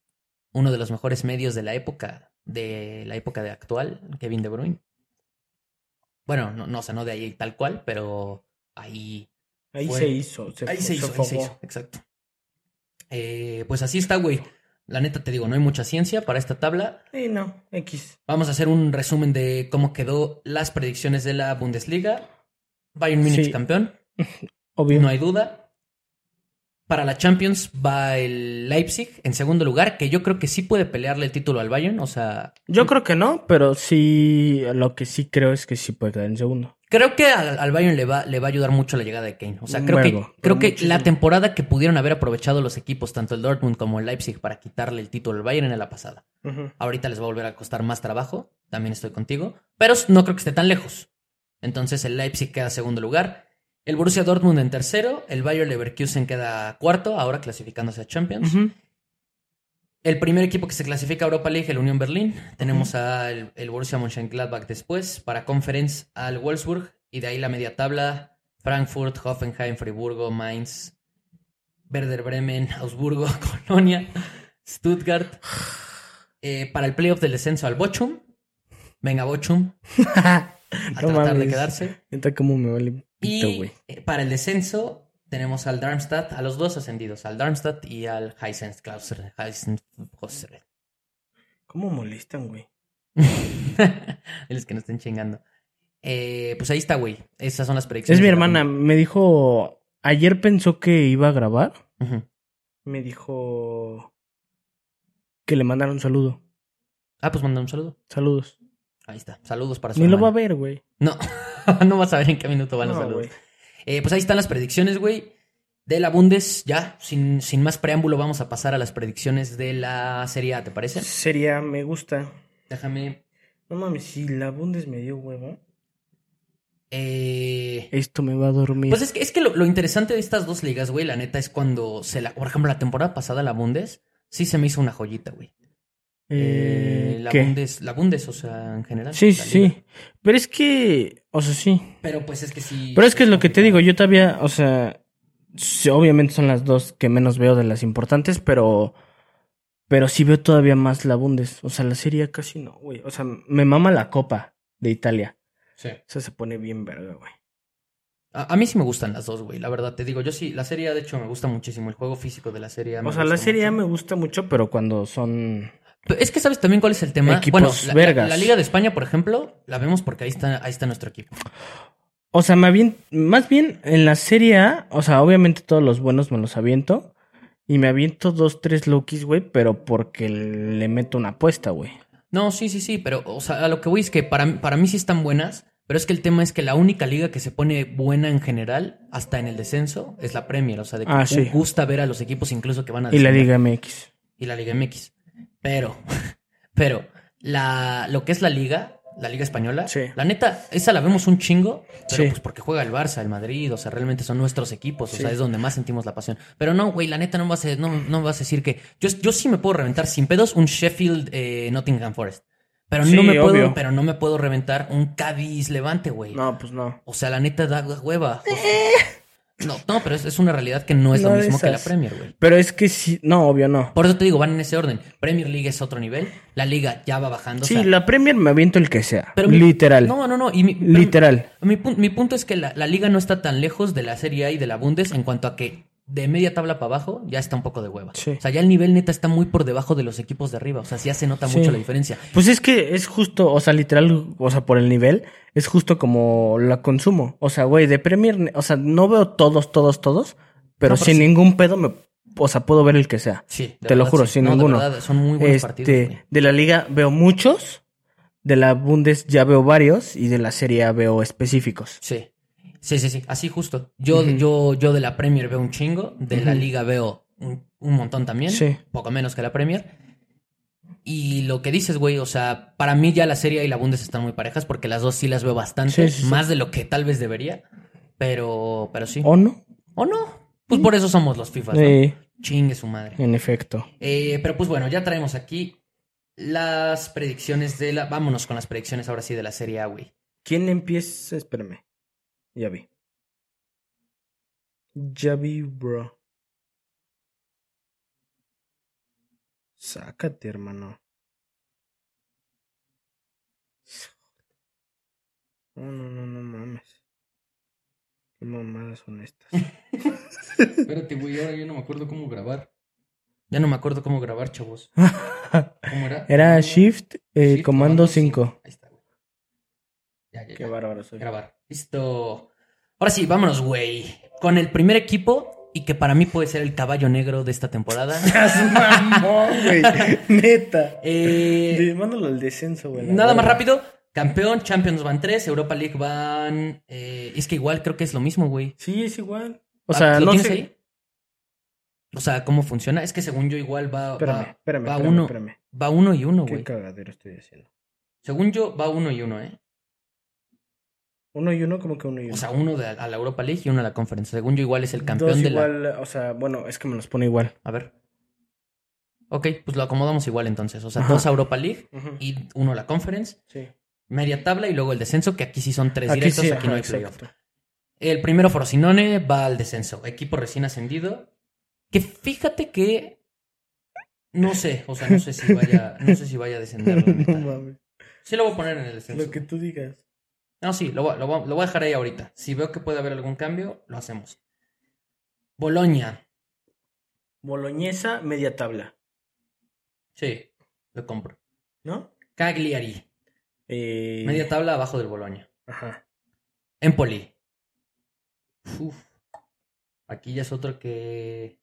A: uno de los mejores medios de la época, de la época de actual, Kevin De Bruyne. Bueno, no, no, o sea, no de ahí tal cual, pero ahí
B: Ahí
A: Fue-
B: se hizo. Se
A: Ahí se hizo, ahí
B: sofocó.
A: se hizo, exacto. Eh, pues así está, güey. La neta te digo, no hay mucha ciencia para esta tabla.
B: Sí, no. X.
A: Vamos a hacer un resumen de cómo quedó las predicciones de la Bundesliga. Bayern Múnich
B: Sí.
A: campeón,
B: Obvio.
A: no hay duda. Para la Champions va el Leipzig en segundo lugar, que yo creo que sí puede pelearle el título al Bayern. O sea,
B: Yo creo que no, pero sí. Lo que sí creo es que sí puede quedar en segundo.
A: Creo que al, al Bayern le va, le va a ayudar mucho la llegada de Kane. O sea, creo
B: Vergo,
A: que, creo
B: pero
A: que
B: muchísimo.
A: la temporada que pudieron haber aprovechado los equipos, tanto el Dortmund como el Leipzig, para quitarle el título al Bayern en la pasada. Ahorita les va a volver a costar más trabajo, también estoy contigo, pero no creo que esté tan lejos. Entonces el Leipzig queda segundo lugar, el Borussia Dortmund en tercero, el Bayern Leverkusen queda cuarto, ahora clasificándose a Champions.
B: Ujú.
A: El primer equipo que se clasifica a Europa League, el Unión Berlín. Tenemos al el Borussia Mönchengladbach después, para Conference al Wolfsburg, y de ahí la media tabla, Frankfurt, Hoffenheim, Friburgo, Mainz, Werder Bremen, Augsburgo, Colonia, Stuttgart. Eh, para el playoff del descenso al Bochum. Venga Bochum, a
B: No
A: tratar de
B: mames.
A: quedarse.
B: Neta, como me vale pito,
A: Y
B: güey.
A: eh, para el descenso tenemos al Darmstadt, a los dos ascendidos, al Darmstadt y al Heisen-Klauser. Heisen-Klauser.
B: ¿Cómo molestan, güey?
A: los que no estén chingando. Eh, pues ahí está, güey. Esas son las predicciones.
B: Es mi
A: de la
B: hermana. Me dijo. Ayer pensó que iba a grabar.
A: Junta. Ujú.
B: Me dijo. Que le mandaron un saludo.
A: Ah, pues manda un saludo.
B: Saludos.
A: Ahí está. Saludos para su
B: Ni lo va a
A: hermana.
B: ver, güey.
A: No, no vas a ver en qué minuto van los
B: No,
A: saludos.
B: güey.
A: Eh, pues ahí están las predicciones, güey. De la Bundes, ya, sin, sin más preámbulo, vamos a pasar a las predicciones de la Serie A, ¿te parece?
B: Sería, me gusta.
A: Déjame.
B: No mames, si la Bundes me dio hueva.
A: eh,
B: Esto me va a dormir.
A: Pues es que, es que lo, lo interesante de estas dos ligas, güey, la neta es cuando se la. Por ejemplo, la temporada pasada, la Bundes, sí se me hizo una joyita, güey.
B: Eh,
A: Eh, la
B: ¿qué?
A: Bundes, la Bundes, o sea, en general.
B: Sí,
A: la
B: sí,
A: liga.
B: sí. Pero es que, o sea, sí.
A: Pero pues es que sí.
B: Pero es que es lo que te digo,
A: complicado.
B: yo todavía, o sea, sí, obviamente son las dos que menos veo de las importantes, pero pero sí veo todavía más la Bundes, o sea, la Serie A casi no, güey. O sea, me mama la Copa de Italia.
A: Sí.
B: O sea, se pone bien verga, güey.
A: A, a mí sí me gustan las dos, güey. La verdad, te digo, yo sí, la serie A, de hecho, me gusta muchísimo. El juego físico de la serie A. me
B: O sea, la
A: gusta
B: serie A
A: mucho.
B: me gusta mucho, pero cuando son.
A: Pero Es que sabes también cuál es el tema.
B: Equipos
A: bueno, la- la-
B: vergas.
A: La, Liga de España, por ejemplo, la vemos porque ahí está, ahí está nuestro equipo.
B: O sea, más bien, más bien en la serie A, o sea, obviamente todos los buenos me los aviento. Y me aviento dos, tres Lokis, güey, pero porque le meto una apuesta, güey.
A: No, sí, sí, sí, pero o sea, a lo que voy es que para, para mí sí están buenas, pero es que el tema es que la única liga que se pone buena en general, hasta en el descenso, es la Premier. O sea, de que
B: Ah, sí.
A: gusta ver a los equipos incluso que van a
B: Y la
A: descender.
B: Liga MX.
A: y la Liga MX. Pero, pero, la, lo que es la Liga, la Liga Española,
B: Sí.
A: la neta, esa la vemos un chingo, pero
B: Sí.
A: pues porque juega el Barça, el Madrid, o sea, realmente son nuestros equipos, o
B: Sí.
A: sea, es donde más sentimos la pasión. Pero no, güey, la neta no me vas a, no, no me vas a decir que. Yo, yo sí me puedo reventar sin pedos un Sheffield eh, Nottingham Forest. Pero
B: Sí,
A: no me
B: obvio.
A: puedo, pero no me puedo reventar un Cádiz Levante, güey.
B: No, pues no.
A: O sea, la neta da hueva. o sea. No, no, pero es, es una realidad que no es
B: No
A: lo
B: de
A: mismo que la
B: esas.
A: Premier, güey.
B: Pero es que sí. No, obvio no.
A: Por eso te digo, van en ese orden. Premier League es otro nivel. La liga ya va bajando. o
B: Sí,
A: sea,
B: la Premier me aviento el que sea.
A: pero mi-
B: literal.
A: No, no, no. Y mi, pero
B: literal.
A: mi, pun- mi punto es que la, la liga no está tan lejos de la Serie A y de la Bundes en cuanto a que de media tabla para abajo ya está un poco de hueva.
B: Sí.
A: O sea, ya el nivel neta está muy por debajo de los equipos de arriba. O sea, sí ya se nota
B: Sí.
A: mucho la diferencia.
B: Pues es que es justo, o sea, literal, o sea, por el nivel, es justo como la consumo. O sea, güey, de Premier, o sea, no veo todos, todos, todos, pero
A: No, pero
B: sin
A: sí.
B: ningún pedo me, o sea, puedo ver el que sea.
A: Sí, de
B: Te lo
A: verdad,
B: juro,
A: sí.
B: sin
A: No, de
B: ninguno.
A: verdad, son muy buenos
B: Este,
A: partidos. güey.
B: de la liga veo muchos, de la Bundes ya veo varios y de la Serie A veo específicos.
A: Sí. Sí, sí, sí. Así justo. Yo,
B: Ujú.
A: yo, yo de la Premier veo un chingo. De la
B: Ujú.
A: Liga veo un, un montón también.
B: Sí.
A: Poco menos que la Premier. Y lo que dices, güey, o sea, para mí ya la Serie A y la Bundes están muy parejas porque las dos sí las veo bastante.
B: Sí, sí, sí.
A: más de lo que tal vez debería. Pero, pero sí. ¿O,
B: ¿O no?
A: no? Pues por eso somos los FIFA.
B: Oh. Sí,
A: Chingue su madre.
B: en efecto.
A: Eh, pero pues bueno, ya traemos aquí las predicciones de la. Vámonos con las predicciones ahora sí de la Serie A, güey.
B: ¿Quién empieza? Espérame. Ya vi. Ya vi, bro. Sácate, hermano. No, no, no, no mames. Qué mamadas son estas.
A: Espérate, güey, ahora yo no me acuerdo cómo grabar. Ya no me acuerdo cómo grabar, chavos. ¿Cómo era?
B: Era Shift, eh,
A: Shift,
B: Comando 5.
A: Ahí está, güey. Ya, ya,
B: Qué
A: ya.
B: bárbaro soy.
A: Grabar. Listo. Ahora sí, vámonos, güey. Con el primer equipo y que para mí puede ser el caballo negro de esta temporada.
B: mamón, güey. Neta.
A: Eh,
B: Te- Mándalo al descenso, güey. la
A: nada más
B: verga.
A: rápido. Campeón, Champions van 3, Europa League van... eh, es que igual creo que es lo mismo, güey.
B: Sí, es igual. O
A: Ah,
B: sea,
A: ¿lo
B: no
A: tienes
B: sé.
A: ahí? O sea, ¿cómo funciona? Es que según yo igual va...
B: Espérame,
A: va-
B: espérame,
A: Ah, va
B: espérame,
A: uno.
B: espérame.
A: Va uno y uno,
B: ¿Qué
A: güey.
B: cagadero estoy haciendo?
A: Según yo, va uno y uno, ¿eh?
B: Uno y uno, como que uno y uno.
A: O sea, uno de- a la Europa League y uno a la Conference. Según yo, igual es el campeón
B: Dos
A: de la.
B: igual, o sea, bueno, es que me los pone igual.
A: A ver. Ok, pues lo acomodamos igual entonces. O sea,
B: Ajá.
A: dos a Europa League
B: Y-
A: y uno a la Conference.
B: Sí.
A: Media tabla y luego el descenso, que aquí sí son tres directos, aquí
B: ajá,
A: no hay
B: exacto.
A: playoff. El primero, Frosinone, va al descenso. Equipo recién ascendido. Que fíjate que. No sé, o sea, no sé si vaya, no sé si vaya a descender. la neta.
B: No mames,
A: Sí lo voy a poner en el descenso.
B: Lo que tú digas.
A: No, sí, lo, voy- lo voy- lo voy a dejar ahí ahorita. Si veo que puede haber algún cambio, lo hacemos. Boloña,
B: Boloñesa, media tabla,
A: sí, lo compro.
B: ¿no?
A: Cagliari,
B: Eh,
A: media tabla abajo del Boloña.
B: Ajá.
A: Empoli. Uf. Aquí ya es otro que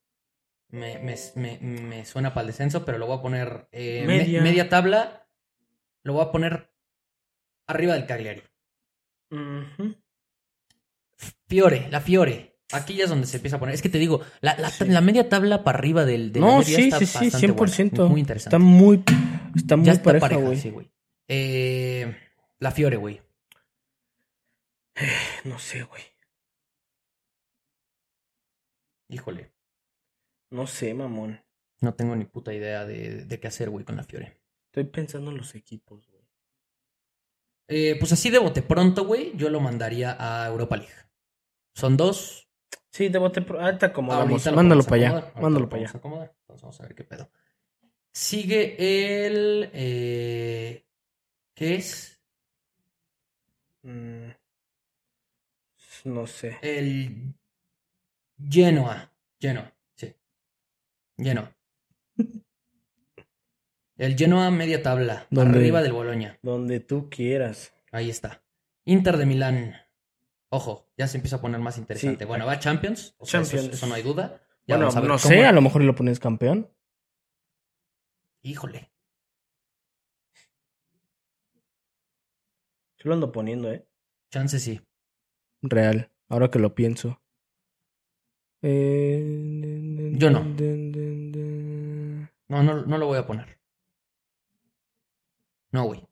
A: me, me- me- me suena para el descenso, pero lo voy a poner eh, me-
B: Media.
A: media tabla. Lo voy a poner arriba del Cagliari.
B: Ujú.
A: Fiore, la Fiore. Aquí ya es donde se empieza a poner. Es que te digo, la, la- la media tabla para arriba del. de la
B: No,
A: media
B: sí,
A: está
B: sí, sí,
A: bastante buena, Muy
B: 100%. Está
A: interesante.
B: muy, está muy
A: ya está
B: pareja,
A: pareja,
B: güey.
A: sí, güey. Eh, la Fiore, güey.
B: No sé, güey.
A: Híjole,
B: No sé, mamón.
A: no tengo ni puta idea de, de qué hacer, güey, con la Fiore.
B: Estoy pensando en los equipos, güey.
A: Eh, pues así de bote pronto, güey, yo lo mandaría a Europa League. Son dos.
B: Sí, de bote pro... Ah, te acomodamos.
A: Ahorita lo
B: Mándalo
A: podemos
B: para
A: acomodar,
B: allá.
A: ahorita
B: Mándalo
A: lo
B: para allá.
A: podemos acomodar. Entonces vamos a ver qué pedo. Sigue el. eh, ¿Qué es?
B: Mm. No sé.
A: El Genoa. Genoa, sí. Genoa. El Genoa media tabla,
B: ¿Dónde?
A: arriba del Boloña.
B: Donde tú quieras.
A: Ahí está. Inter de Milán. Ojo, ya se empieza a poner más interesante.
B: Sí.
A: Bueno, va Champions. o sea, eso-
B: Champions.
A: Eso, no hay duda. Ya
B: bueno,
A: vamos a ver
B: no
A: cómo-
B: sé, a lo mejor lo pones campeón.
A: Híjole.
B: Yo lo ando poniendo, ¿eh?
A: Chance sí.
B: Real, ahora que lo pienso. Eh,
A: Yo no.
B: den, den, den.
A: No, no, no lo voy a poner. No, güey.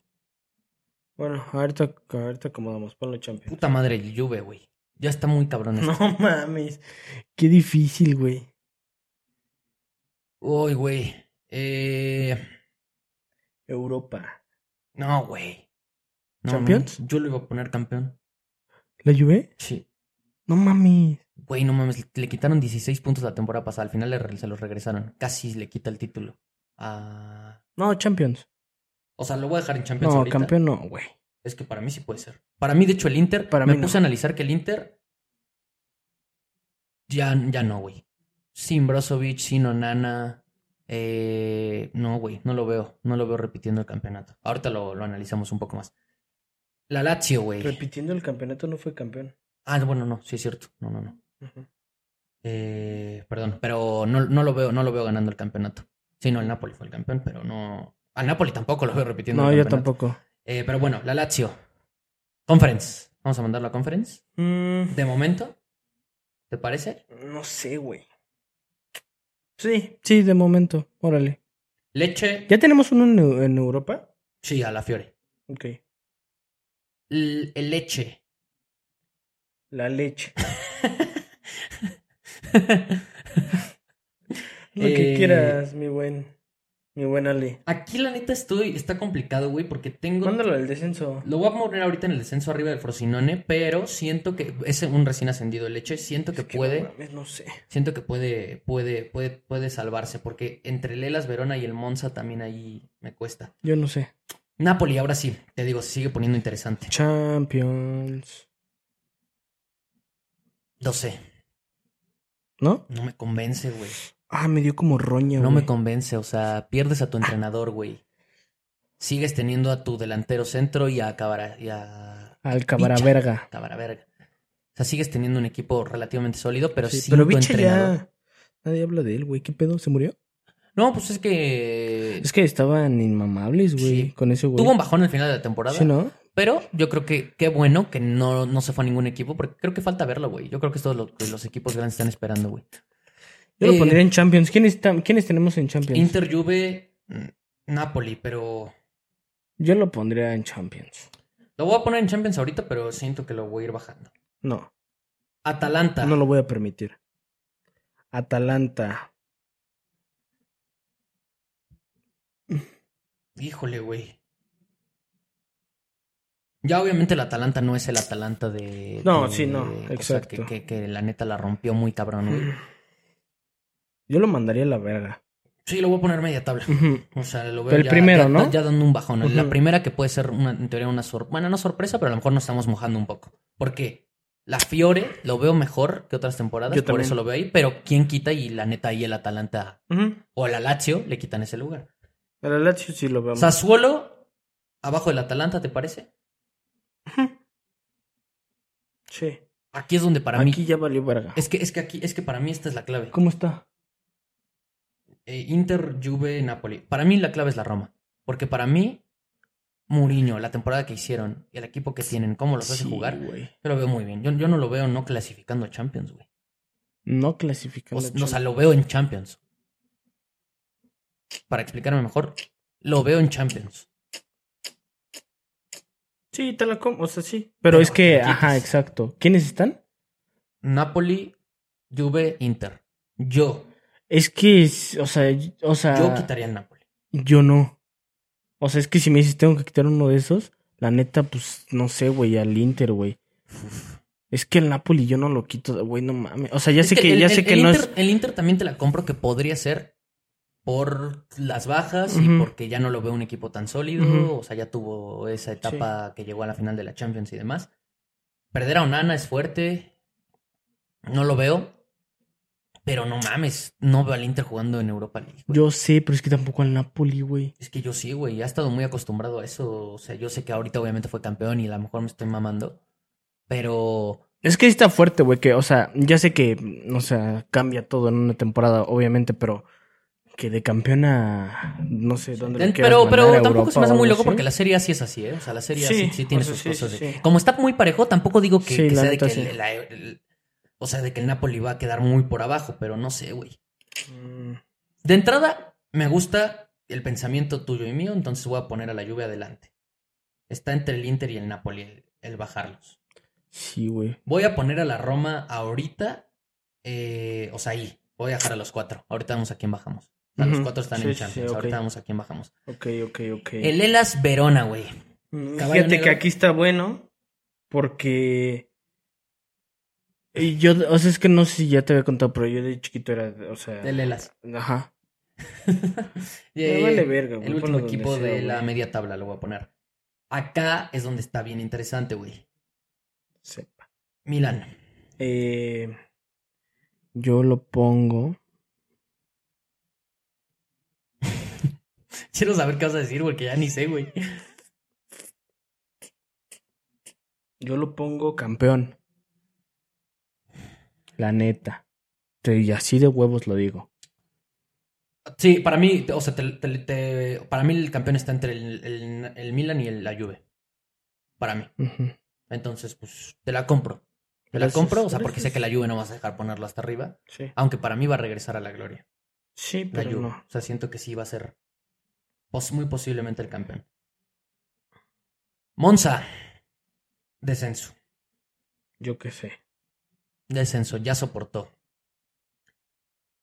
B: Bueno, ahorita, ahorita acomodamos. Ponlo Champions.
A: Puta madre el Juve, güey. Ya está muy cabrón esto.
B: No mames. Qué difícil, güey.
A: Uy, güey. Eh,
B: Europa.
A: no, güey. No,
B: ¿Champions?
A: no, yo lo iba a poner campeón.
B: ¿La Juve?
A: Sí.
B: No mames.
A: Güey, no mames, le quitaron 16 puntos la temporada pasada. Al final le re- se los regresaron. Casi le quita el título. Ah,
B: No, Champions.
A: o sea, lo voy a dejar en Champions
B: No,
A: ahorita.
B: campeón no, güey.
A: Es que para mí sí puede ser. Para mí, de hecho, el Inter.
B: Para
A: me
B: mí no.
A: puse a analizar que el Inter. Ya, ya no, güey. Sin Brozovic, sin Onana. eh, no, güey, no lo veo. No lo veo repitiendo el campeonato. Ahorita lo, lo analizamos un poco más. La Lazio, güey.
B: Repitiendo el campeonato no fue campeón.
A: Ah, bueno, no, sí es cierto. No, no, no. Eh, perdón, pero no, no lo veo, no lo veo ganando el campeonato. Sí, no, el Napoli fue el campeón, pero no. Al Napoli tampoco lo veo repitiendo.
B: No,
A: el
B: yo
A: campeonato.
B: tampoco.
A: Eh, pero bueno, la Lazio. Conference. Vamos a mandarlo a conference.
B: Mm,
A: De momento, ¿te parece?
B: no sé, güey. Sí. Sí, de momento. Órale.
A: Leche.
B: ¿Ya tenemos uno en, Eu- en Europa?
A: Sí, a la Fiore.
B: Ok.
A: L- el leche.
B: La leche. Lo
A: Eh,
B: que quieras, mi buen. Mi buen Ale.
A: Aquí la neta estoy, está complicado, güey, porque tengo...
B: Mándalo al descenso.
A: Lo voy a poner ahorita en el descenso arriba del Frosinone, pero siento que es un recién ascendido el leche, siento que
B: Es no
A: puede,
B: mames, no sé.
A: siento que puede, puede, puede, puede salvarse, porque entre Lelas Verona y el Monza también ahí me cuesta.
B: Yo no sé.
A: Napoli, ahora sí, te digo, se sigue poniendo interesante.
B: Champions.
A: No sé,
B: ¿No?
A: no me convence, güey.
B: Ah, me dio como roña,
A: No
B: güey.
A: me convence, o sea, pierdes a tu entrenador, güey. Sigues teniendo a tu delantero centro y a Cabara, y a
B: Al cabra
A: Bicha.
B: verga.
A: Cabara Verga. O sea, sigues teniendo un equipo relativamente sólido, pero
B: Sí,
A: sí,
B: pero
A: tu
B: bicha
A: entrenador.
B: ya. Nadie habla de él, güey. ¿Qué pedo? ¿Se murió?
A: No, pues es que
B: Es que estaban inmamables, güey.
A: Sí.
B: Con ese güey.
A: tuvo un bajón al final de la temporada.
B: Sí, ¿no?
A: Pero yo creo que qué bueno que no, no se fue a ningún equipo, porque creo que falta verlo, güey. Yo creo que es todo lo que los equipos grandes están esperando, güey.
B: Yo lo
A: Eh,
B: pondría en Champions. ¿Quiénes, tam- ¿Quiénes tenemos en Champions?
A: Inter, Juve, mm, Napoli, pero
B: Yo lo pondría en Champions.
A: lo voy a poner en Champions ahorita, pero siento que lo voy a ir bajando.
B: No,
A: Atalanta.
B: no lo voy a permitir. Atalanta.
A: Híjole, güey. Ya obviamente el Atalanta no es el Atalanta de...
B: No,
A: de-
B: sí, no,
A: o sea,
B: exacto.
A: que, que- que la neta la rompió muy cabrón, güey.
B: Yo lo mandaría a la verga.
A: Sí, lo voy a poner media tabla.
B: Ujú.
A: O sea, lo veo
B: Pero el
A: ya,
B: primero,
A: ya-
B: ¿no?
A: ya dando un bajón. La
B: Ujú.
A: primera que puede ser, una, en teoría, una sorpresa. Bueno, no sorpresa, pero a lo mejor nos estamos mojando un poco. Porque la Fiore lo veo mejor que otras temporadas,
B: Yo
A: por
B: también.
A: eso lo veo ahí. Pero ¿quién quita? Y la neta ahí el Atalanta
B: Ujú.
A: o la Lazio le quitan ese lugar.
B: A la Lazio sí lo vemos.
A: Sassuolo, abajo del Atalanta, ¿te parece?
B: Sí.
A: Aquí es donde para mí...
B: Aquí ya valió verga.
A: Es que, es que aquí, es que para mí esta es la clave.
B: ¿Cómo está?
A: Eh, Inter, Juve, Napoli. Para mí la clave es la Roma. Porque para mí, Mourinho, la temporada que hicieron, el equipo que tienen, cómo los hace
B: Sí,
A: jugar,
B: güey.
A: yo lo veo muy bien. Yo, yo no lo veo no clasificando a Champions, güey.
B: No
A: O,
B: clasificando.
A: s- no, o
B: Champions.
A: sea, lo veo en Champions. Para explicarme mejor, lo veo en Champions.
B: Sí, te la como. O sea, sí. Pero es que,
A: ¿quién
B: ajá,
A: es?
B: exacto. ¿Quiénes están?
A: Napoli, Juve, Inter. Yo,
B: Es que, es- o sea, y- o sea,
A: yo quitaría el Napoli.
B: yo no. O sea, es que si me dices tengo que quitar uno de esos, la neta, pues, no sé, güey, al Inter, güey. Es que el Napoli yo no lo quito, güey, no mames. O sea, ya
A: Es
B: sé que,
A: el-
B: ya
A: el-
B: sé que
A: el
B: no
A: Inter,
B: es.
A: El Inter también te la compro que podría ser por las bajas y
B: Ujú.
A: porque ya no lo veo un equipo tan sólido.
B: Ujú.
A: O sea, ya tuvo esa etapa que llegó a la final de la Champions y demás. Perder a Onana es fuerte. No lo veo. Pero no mames, no veo al Inter jugando en Europa League. güey.
B: Yo sé, pero es que tampoco al Napoli, güey.
A: Es que yo sí, güey, ya he estado muy acostumbrado a eso. O sea, yo sé que ahorita obviamente fue campeón y a lo mejor me estoy mamando. Pero
B: Es que sí está fuerte, güey, que, o sea, ya sé que, o sea, cambia todo en una temporada, obviamente, pero que de campeón a no sé dónde lo
A: Ten-
B: quieras
A: Eh, pero, pero
B: mandar, a
A: tampoco
B: Europa
A: se me hace
B: o
A: muy
B: algo
A: loco
B: así.
A: porque la serie A sí es así, ¿eh? O sea, la serie A sí,
B: Sí,
A: sí tiene
B: o sea,
A: sus
B: sí,
A: cosas.
B: sí,
A: de-
B: sí.
A: Como está muy parejo, tampoco digo que,
B: Sí,
A: que
B: la
A: sea de
B: neta,
A: que
B: sí.
A: el- la- el- o sea, de que el Napoli va a quedar muy por abajo, pero no sé, güey.
B: Mm,
A: De entrada, me gusta el pensamiento tuyo y mío, entonces voy a poner a la lluvia adelante. Está entre el Inter y el Napoli el- el bajarlos.
B: Sí, güey.
A: Voy a poner a la Roma ahorita. eh, o sea, ahí. Voy a dejar a los cuatro. Ahorita vemos a quién bajamos. O sea, Los
B: Ujú.
A: cuatro están
B: Sí,
A: en
B: sí, sí,
A: Champions.
B: ok.
A: Ahorita vemos a quién bajamos.
B: Ok, ok, ok.
A: El Elas Verona, güey.
B: Mm,
A: Caballo
B: Fíjate
A: negro.
B: que aquí está bueno porque y yo, o sea, es que no sé si ya te había contado, pero yo de chiquito era, o sea,
A: El Elas.
B: ajá.
A: Eh,
B: Me vale verga, güey.
A: el último
B: ponlo donde
A: equipo
B: sea,
A: de
B: güey.
A: la media tabla lo voy a poner. Acá es donde está bien interesante, güey.
B: Sí.
A: Milan.
B: Eh, yo lo pongo.
A: Quiero saber qué vas a decir, güey, que ya ni sé, güey.
B: Yo lo pongo campeón. La neta. Te- Y así de huevos lo digo.
A: Sí, para mí, o sea, te- te- te- para mí el campeón está entre el, el- el Milan y el- la Juve. Para mí.
B: Ujú.
A: Entonces, pues, te la compro. Te la
B: Gracias,
A: compro, o sea, porque sé
B: gracias.
A: que la Juve no vas a dejar ponerlo hasta arriba.
B: Sí.
A: Aunque para mí va a regresar a la gloria.
B: Sí,
A: La
B: pero
A: Juve.
B: no.
A: O sea, siento que sí va a ser pos- muy posiblemente el campeón. Monza. Descenso.
B: Yo qué sé.
A: Descenso. Ya soportó.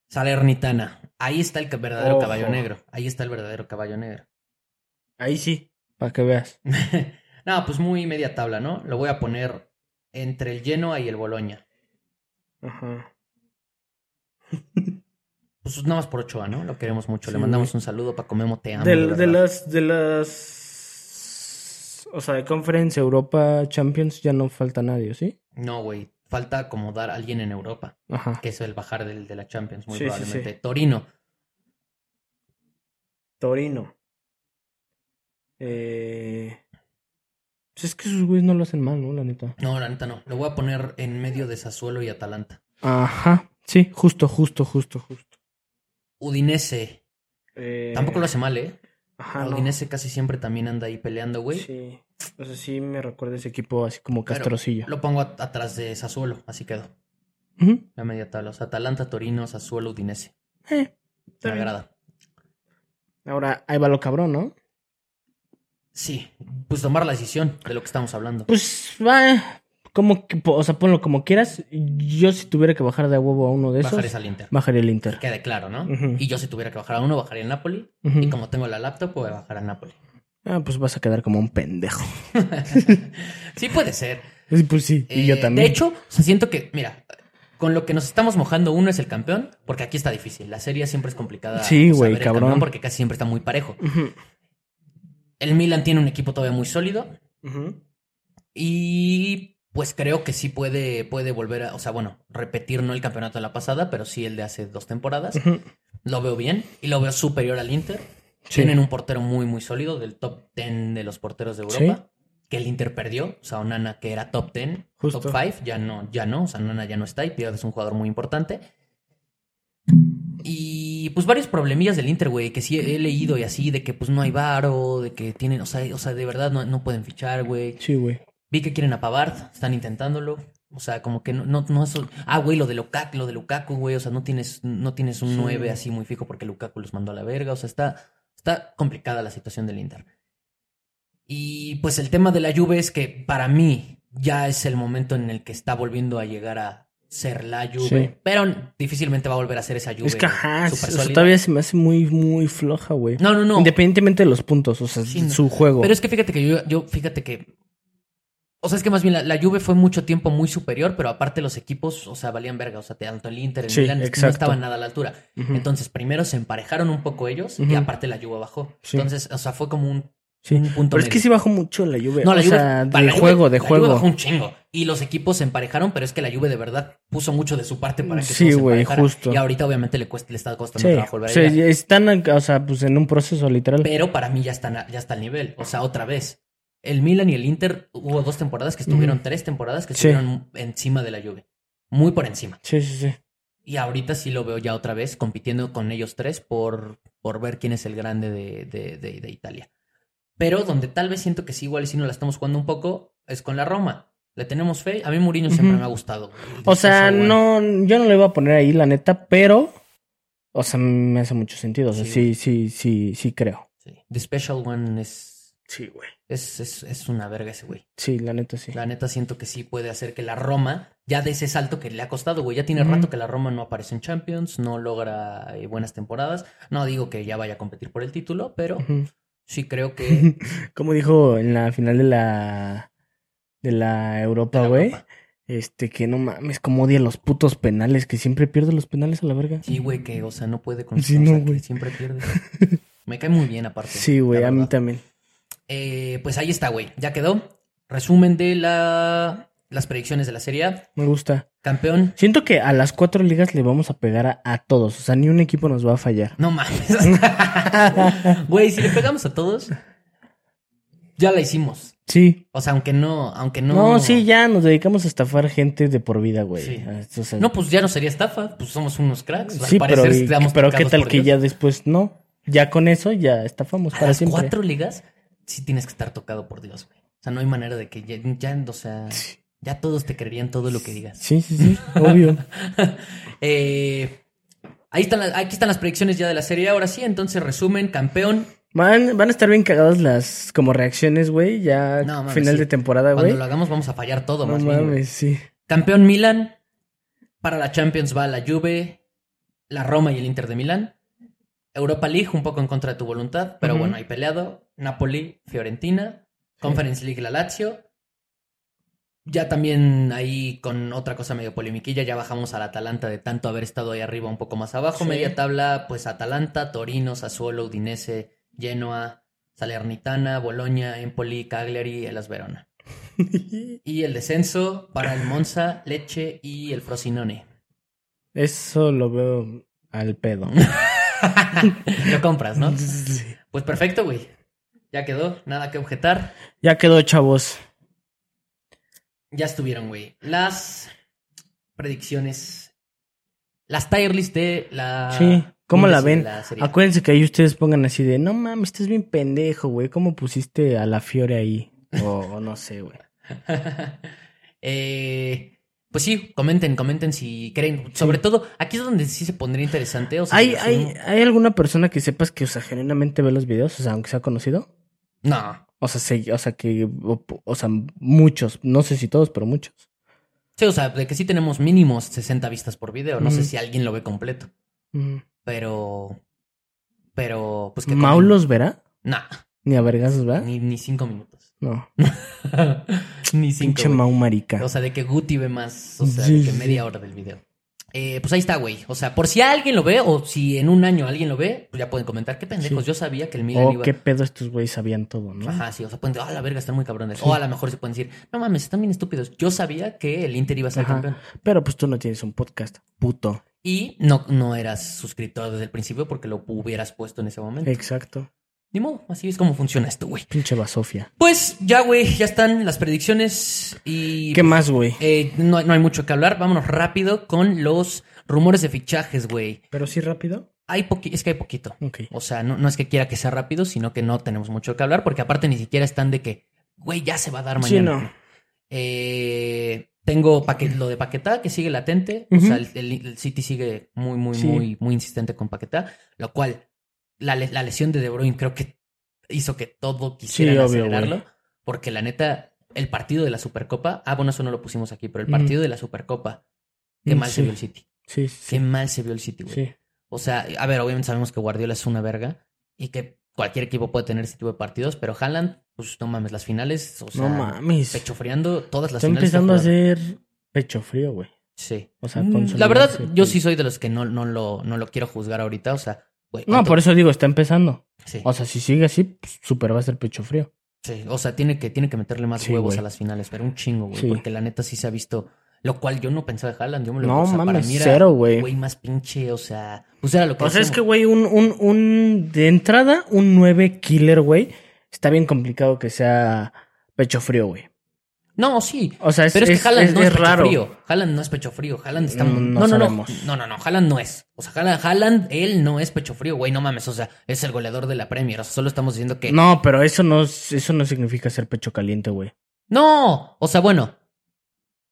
A: Salernitana. Ahí está el ca- verdadero
B: Ojo.
A: caballo negro. Ahí está el verdadero caballo negro.
B: Ahí sí. Para que veas.
A: no, pues muy media tabla, ¿no? Lo voy a poner entre el Genoa y el Boloña.
B: Ajá.
A: Pues nada más por Ochoa, ¿no? Lo queremos mucho. Le
B: Sí,
A: mandamos un saludo para Memo, te amo.
B: Del-
A: de
B: de,
A: verdad.
B: las, de las. O sea, de Conference Europa Champions ya no falta nadie, ¿sí?
A: No, güey. Falta acomodar a alguien en Europa,
B: Ajá.
A: que es el bajar del, de la Champions, muy
B: Sí, sí,
A: probablemente. Torino,
B: Torino. Eh... Pues es que esos güeyes no lo hacen mal, ¿no? La neta.
A: no, la neta no. Lo voy a poner en medio de Sassuolo y Atalanta.
B: Ajá. Sí, justo, justo, justo, justo.
A: Udinese, tampoco lo hace mal, ¿eh?
B: Ajá, ah, no.
A: Udinese casi siempre también anda ahí peleando, güey.
B: Sí. O sea, sí me recuerda ese equipo así como
A: Pero
B: castrocillo.
A: Lo pongo at- atrás de Sassuolo, así quedó.
B: Ujú.
A: La media tabla. O sea, Atalanta, Torino, Sassuolo, Udinese.
B: Eh, está
A: Me
B: bien.
A: agrada.
B: Ahora, ahí va lo cabrón, ¿no?
A: Sí, pues tomar la decisión de lo que estamos hablando.
B: Pues, va, como que, po- o sea, ponlo como quieras. Yo si tuviera que bajar de a huevo a uno de esos,
A: Bajar esa al Inter.
B: bajaría el Inter.
A: Quede claro, ¿no?
B: Ujú.
A: Y yo si tuviera que bajar a uno, bajaría el Napoli.
B: Ujú.
A: Y como tengo la laptop, voy a bajar a Napoli.
B: Ah, pues vas a quedar como un pendejo.
A: sí puede ser.
B: Pues, pues sí, y
A: Eh,
B: yo también.
A: De hecho, o sea, siento que, mira, con lo que nos estamos mojando, uno es el campeón, porque aquí está difícil. La serie siempre es complicada.
B: Sí, güey,
A: saber el
B: cabrón.
A: campeón Porque casi siempre está muy parejo.
B: Ujú,
A: El Milan tiene un equipo todavía muy sólido.
B: ujú.
A: Y pues creo que sí puede, puede volver a, o sea, bueno, repetir no el campeonato de la pasada, pero sí el de hace dos temporadas.
B: Ujú.
A: Lo veo bien y lo veo superior al Inter.
B: Sí.
A: Tienen un portero muy, muy sólido, del top 10 de los porteros de Europa, que el Inter perdió. O sea, Onana, que era top 10,
B: Justo.
A: top 5, ya no, ya no. O sea, Onana ya no está y pierdes un jugador muy importante. Y pues varios problemillas del Inter, güey, que sí he leído y así, de que pues no hay varo, de que tienen, o sea, o sea de verdad no, no pueden fichar, güey.
B: Sí, güey.
A: Vi que quieren a Pavard, están intentándolo. O sea, como que no, no, no es. Ah, güey, lo de Lukaku, lo de Lukaku, güey. O sea, no tienes, no tienes un
B: Sí.
A: 9 así muy fijo porque Lukaku los mandó a la verga. O sea, está, está complicada la situación del Inter. Y pues el tema de la Juve es que para mí ya es el momento en el que está volviendo a llegar a ser la Juve.
B: Sí.
A: Pero difícilmente va a volver a ser esa Juve.
B: es que
A: güey,
B: ajá,
A: súper
B: o sea,
A: sólida.
B: todavía se me hace muy, muy floja, güey.
A: No, no, no.
B: Independientemente de los puntos, o sea,
A: Sí, no.
B: su juego.
A: Pero es que fíjate que yo, yo fíjate que. O sea, es que más bien la, la Juve fue mucho tiempo muy superior, pero aparte los equipos, o sea, valían verga. O sea, tanto el Inter, el
B: Sí,
A: Milan, no
B: exacto.
A: estaban nada a la altura.
B: Ujú.
A: Entonces, primero se emparejaron un poco ellos y
B: Ujú.
A: aparte la Juve bajó.
B: Sí.
A: Entonces, o sea, fue como un
B: Sí.
A: Un punto
B: Pero es que
A: medio.
B: sí bajó mucho la lluvia.
A: No, la
B: o
A: Juve.
B: sea,
A: para
B: de
A: la Juve-
B: juego, de
A: la Juve
B: juego.
A: bajó un chingo. Y los equipos se emparejaron, pero es que la lluvia de verdad puso mucho de su parte para que
B: Sí,
A: todo se
B: güey,
A: emparejara.
B: justo.
A: Y ahorita obviamente le, cuesta, le está costando
B: Sí,
A: trabajo volver a
B: sí,
A: llegar.
B: están, o sea, pues en un proceso literal.
A: Pero para mí ya están a- ya está al nivel. O sea, otra vez. El Milan y el Inter hubo dos temporadas que estuvieron,
B: Ujú.
A: tres temporadas que
B: Sí.
A: estuvieron encima de la lluvia. Muy por encima.
B: Sí, sí, sí.
A: Y ahorita sí lo veo ya otra vez compitiendo con ellos tres por, por ver quién es el grande de, de- de- de Italia. Pero donde tal vez siento que sí, igual y si no la estamos jugando un poco, es con la Roma. Le tenemos fe. A mí Mourinho siempre
B: Ujú.
A: me ha gustado.
B: O sea,
A: Es bueno.
B: no, yo no le iba a poner ahí, la neta, pero, o sea, me hace mucho sentido. O sea,
A: Sí,
B: sí, sí, sí, sí creo.
A: Sí. The Special One es,
B: Sí, güey.
A: es, es, es una verga ese güey.
B: Sí, la neta, sí.
A: La neta siento que sí puede hacer que la Roma ya de ese salto que le ha costado, güey. Ya tiene
B: Ujú.
A: rato que la Roma no aparece en Champions, no logra eh, buenas temporadas. No digo que ya vaya a competir por el título, pero
B: Ujú.
A: sí creo que...
B: Como dijo en la final de la de la Europa,
A: la
B: güey.
A: Europa.
B: Este que no mames, como odia los putos penales, que siempre pierde los penales a la verga.
A: Sí, güey, que, o sea, no puede con
B: Sí,
A: o
B: no,
A: sea, que
B: güey.
A: Siempre pierde. Me cae muy bien, aparte.
B: Sí, güey,
A: la
B: a mí
A: verdad.
B: también.
A: Eh, pues ahí está, güey. Ya quedó. Resumen de la... las predicciones de la Serie A.
B: Me gusta.
A: Campeón.
B: Siento que a las cuatro ligas le vamos a pegar a, a todos. O sea, ni un equipo nos va a fallar.
A: No mames. Güey, si le pegamos a todos, ya la hicimos.
B: Sí.
A: O sea, aunque no, aunque no.
B: No, sí, ya nos dedicamos a estafar gente de por vida, güey.
A: Sí.
B: O sea,
A: No, pues ya no sería estafa. Pues somos unos cracks.
B: sí, pero, y- pero qué tal que ya después no. Ya con eso ya estafamos
A: A
B: para
A: las
B: siempre.
A: cuatro ligas sí tienes que estar tocado por Dios, güey. O sea, no hay manera de que ya, ya, o sea, ya todos te creerían todo lo que digas.
B: Sí, sí, sí, obvio.
A: Eh, ahí están las- aquí están las predicciones ya de la serie. Ahora sí, entonces resumen, campeón.
B: Ah, Van, van a estar bien cagadas las como reacciones, güey. Ya
A: No, mames,
B: final
A: sí.
B: de temporada,
A: Cuando
B: güey.
A: lo hagamos vamos a fallar todo,
B: No
A: más
B: mames,
A: bien, güey.
B: sí.
A: Campeón Milan. Para la Champions va la Juve, la Roma y el Inter de Milán. Europa League, un poco en contra de tu voluntad, pero
B: Ujú.
A: bueno, ahí peleado. Napoli, Fiorentina. Conference League, la Lazio. Ya también ahí con otra cosa medio polimiquilla, ya bajamos al Atalanta de tanto haber estado ahí arriba un poco más abajo.
B: Sí.
A: Media tabla, pues Atalanta, Torino, Sassuolo, Udinese, Genoa, Salernitana, Boloña, Empoli, Cagliari, Elas Verona. Y el descenso para el Monza, Leche y el Frosinone.
B: Eso lo veo al pedo.
A: Lo compras, ¿no?
B: Sí.
A: Pues perfecto, güey. Ya quedó, nada que objetar.
B: Ya quedó, chavos.
A: Ya estuvieron, güey. Las predicciones. Las tier list de la.
B: Sí, ¿cómo la
A: Bundesliga,
B: ven?
A: la Serie A.
B: Acuérdense que ahí ustedes pongan así de, no mames, estás bien pendejo, güey. ¿Cómo pusiste a la Fiore ahí? O, o no sé, güey.
A: Eh, pues sí, comenten, comenten si creen. Sobre todo, aquí es donde sí se pondría interesante. O sea,
B: ¿Hay,
A: si-
B: hay, ¿Hay alguna persona que sepas que, o sea, genuinamente ve los videos? O sea, aunque sea conocido.
A: No.
B: O sea, sí, o sea, que, o, o sea, muchos. No sé si todos, pero muchos.
A: Sí, o sea, de que sí tenemos mínimos 60 vistas por video. No sé
B: Ujú.
A: si alguien lo ve completo.
B: Mm.
A: Pero. Pero. Pues que.
B: ¿Mau ¿Ah?
A: comen-
B: los verá?
A: Nah,
B: Ni a vergazos, ¿verdad?
A: ni, ni cinco minutos.
B: No.
A: ni cinco.
B: Pinche
A: güey.
B: Mau marica.
A: O sea, de que Guti ve más. O sea,
B: Sí,
A: de que
B: sí,
A: media hora del video. Eh, pues ahí está, güey. O sea, por si alguien lo ve o si en un año alguien lo ve, pues ya pueden comentar. Qué pendejos.
B: Sí.
A: Yo sabía que el Milan
B: Oh,
A: iba.
B: qué pedo estos güeyes sabían todo, ¿no?
A: Ajá, sí, o sea, pueden decir, ah, la verga, están muy cabrones. O a lo mejor se pueden decir, no mames, están bien estúpidos. Yo sabía que el Inter iba a ser
B: Ajá.
A: campeón.
B: Pero pues tú no tienes un podcast, puto.
A: Y no, no eras suscriptor desde el principio porque lo hubieras puesto en ese momento.
B: Exacto.
A: Ni modo, así es como funciona esto, güey.
B: Pinche basofia.
A: Pues ya, güey, ya están las predicciones y
B: ¿Qué más, güey?
A: eh, no, no hay mucho que hablar. Vámonos rápido con los rumores de fichajes, güey.
B: Pero sí rápido.
A: Hay poqui- es que hay poquito.
B: Ok.
A: O sea, no, no es que quiera que sea rápido, sino que no tenemos mucho que hablar porque aparte ni siquiera están de que, güey, ya se va a dar
B: Sí,
A: mañana.
B: no.
A: Eh, tengo paque- lo de Paquetá que sigue latente. O
B: Ujú.
A: sea, el, el- el City sigue muy, muy,
B: Sí.
A: muy, muy insistente con Paquetá. Lo cual, la, le- la lesión de De Bruyne creo que hizo que todo quisieran
B: obvio,
A: acelerarlo.
B: güey.
A: Porque la neta, el partido de la Supercopa. Ah, bueno, eso no lo pusimos aquí, pero el
B: Ujú.
A: partido de la Supercopa. Qué
B: Mm,
A: mal se
B: sí.
A: vio el City.
B: Sí,
A: Qué
B: sí.
A: mal se vio el City, güey.
B: Sí.
A: O sea, a ver, obviamente sabemos que Guardiola es una verga y que cualquier equipo puede tener ese tipo de partidos, pero Haaland, pues no mames, las finales, o sea,
B: No mames.
A: pecho friando todas las
B: Está
A: finales. que ha
B: empezando a
A: jugado.
B: hacer pecho frío, güey.
A: Sí.
B: O sea,
A: Mm,
B: consolidarse
A: la verdad,
B: con-
A: yo sí soy de los que no, no, lo, no lo quiero juzgar ahorita. O sea, Güey,
B: No,
A: ¿cuánto-
B: por eso digo, está empezando.
A: Sí,
B: O sea, si sigue así, pues, súper va a ser pecho frío.
A: sí. O sea, tiene que, tiene que meterle más
B: Sí,
A: huevos
B: güey.
A: a las finales, pero un chingo, güey.
B: Sí.
A: Porque la neta sí se ha visto. Lo cual yo no pensaba de Haaland. Yo me lo
B: No
A: o sea, para
B: mames,
A: mí era,
B: cero, güey.
A: Güey, más pinche, o sea. Pues era lo que.
B: O sea, es
A: decíamos.
B: que, güey, un, un, un. De entrada, un 9 killer, güey. Está bien complicado que sea pecho frío, güey.
A: No, sí.
B: O sea, es,
A: Pero es, que Haaland no es, pecho
B: raro.
A: frío. Haaland no es pecho frío. Haaland está. No,
B: No,
A: no,
B: no
A: no. No,
B: sabemos.
A: no, no. Haaland no es. O sea, Haaland, Haaland, él no es pecho frío, güey. No mames. O sea, es el goleador de la Premier. O sea, solo estamos diciendo que. No.
B: No, pero eso no, es- eso no significa ser pecho caliente, güey.
A: O sea, bueno.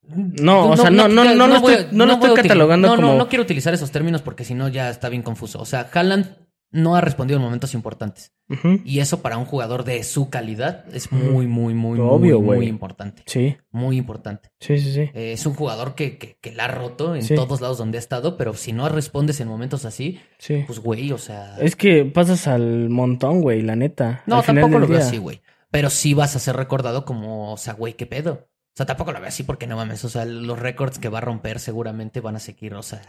B: No, o sea, no, no, no, lo
A: voy a-
B: estoy, no lo
A: voy a
B: estoy
A: util-
B: catalogando
A: no,
B: como.
A: No, no quiero utilizar esos términos porque si no ya está bien confuso. O sea, Haaland no ha respondido en momentos importantes.
B: Ujú,
A: Y eso para un jugador de su calidad es
B: Mm.
A: muy, muy, muy,
B: Obvio,
A: muy, muy
B: güey.
A: importante.
B: Sí,
A: Muy importante.
B: sí, sí, sí.
A: Eh, es un jugador que, que- que la ha roto en
B: Sí.
A: todos lados donde ha estado, pero si no respondes en momentos así,
B: sí.
A: pues güey, o sea.
B: Es que pasas al montón, güey, la neta.
A: no,
B: Al final
A: tampoco
B: del
A: lo veo
B: día.
A: así, güey. Pero sí vas a ser recordado como, o sea, güey, qué pedo. O sea, tampoco lo veo así porque no mames. O sea, los récords que va a romper seguramente van a seguir, o sea.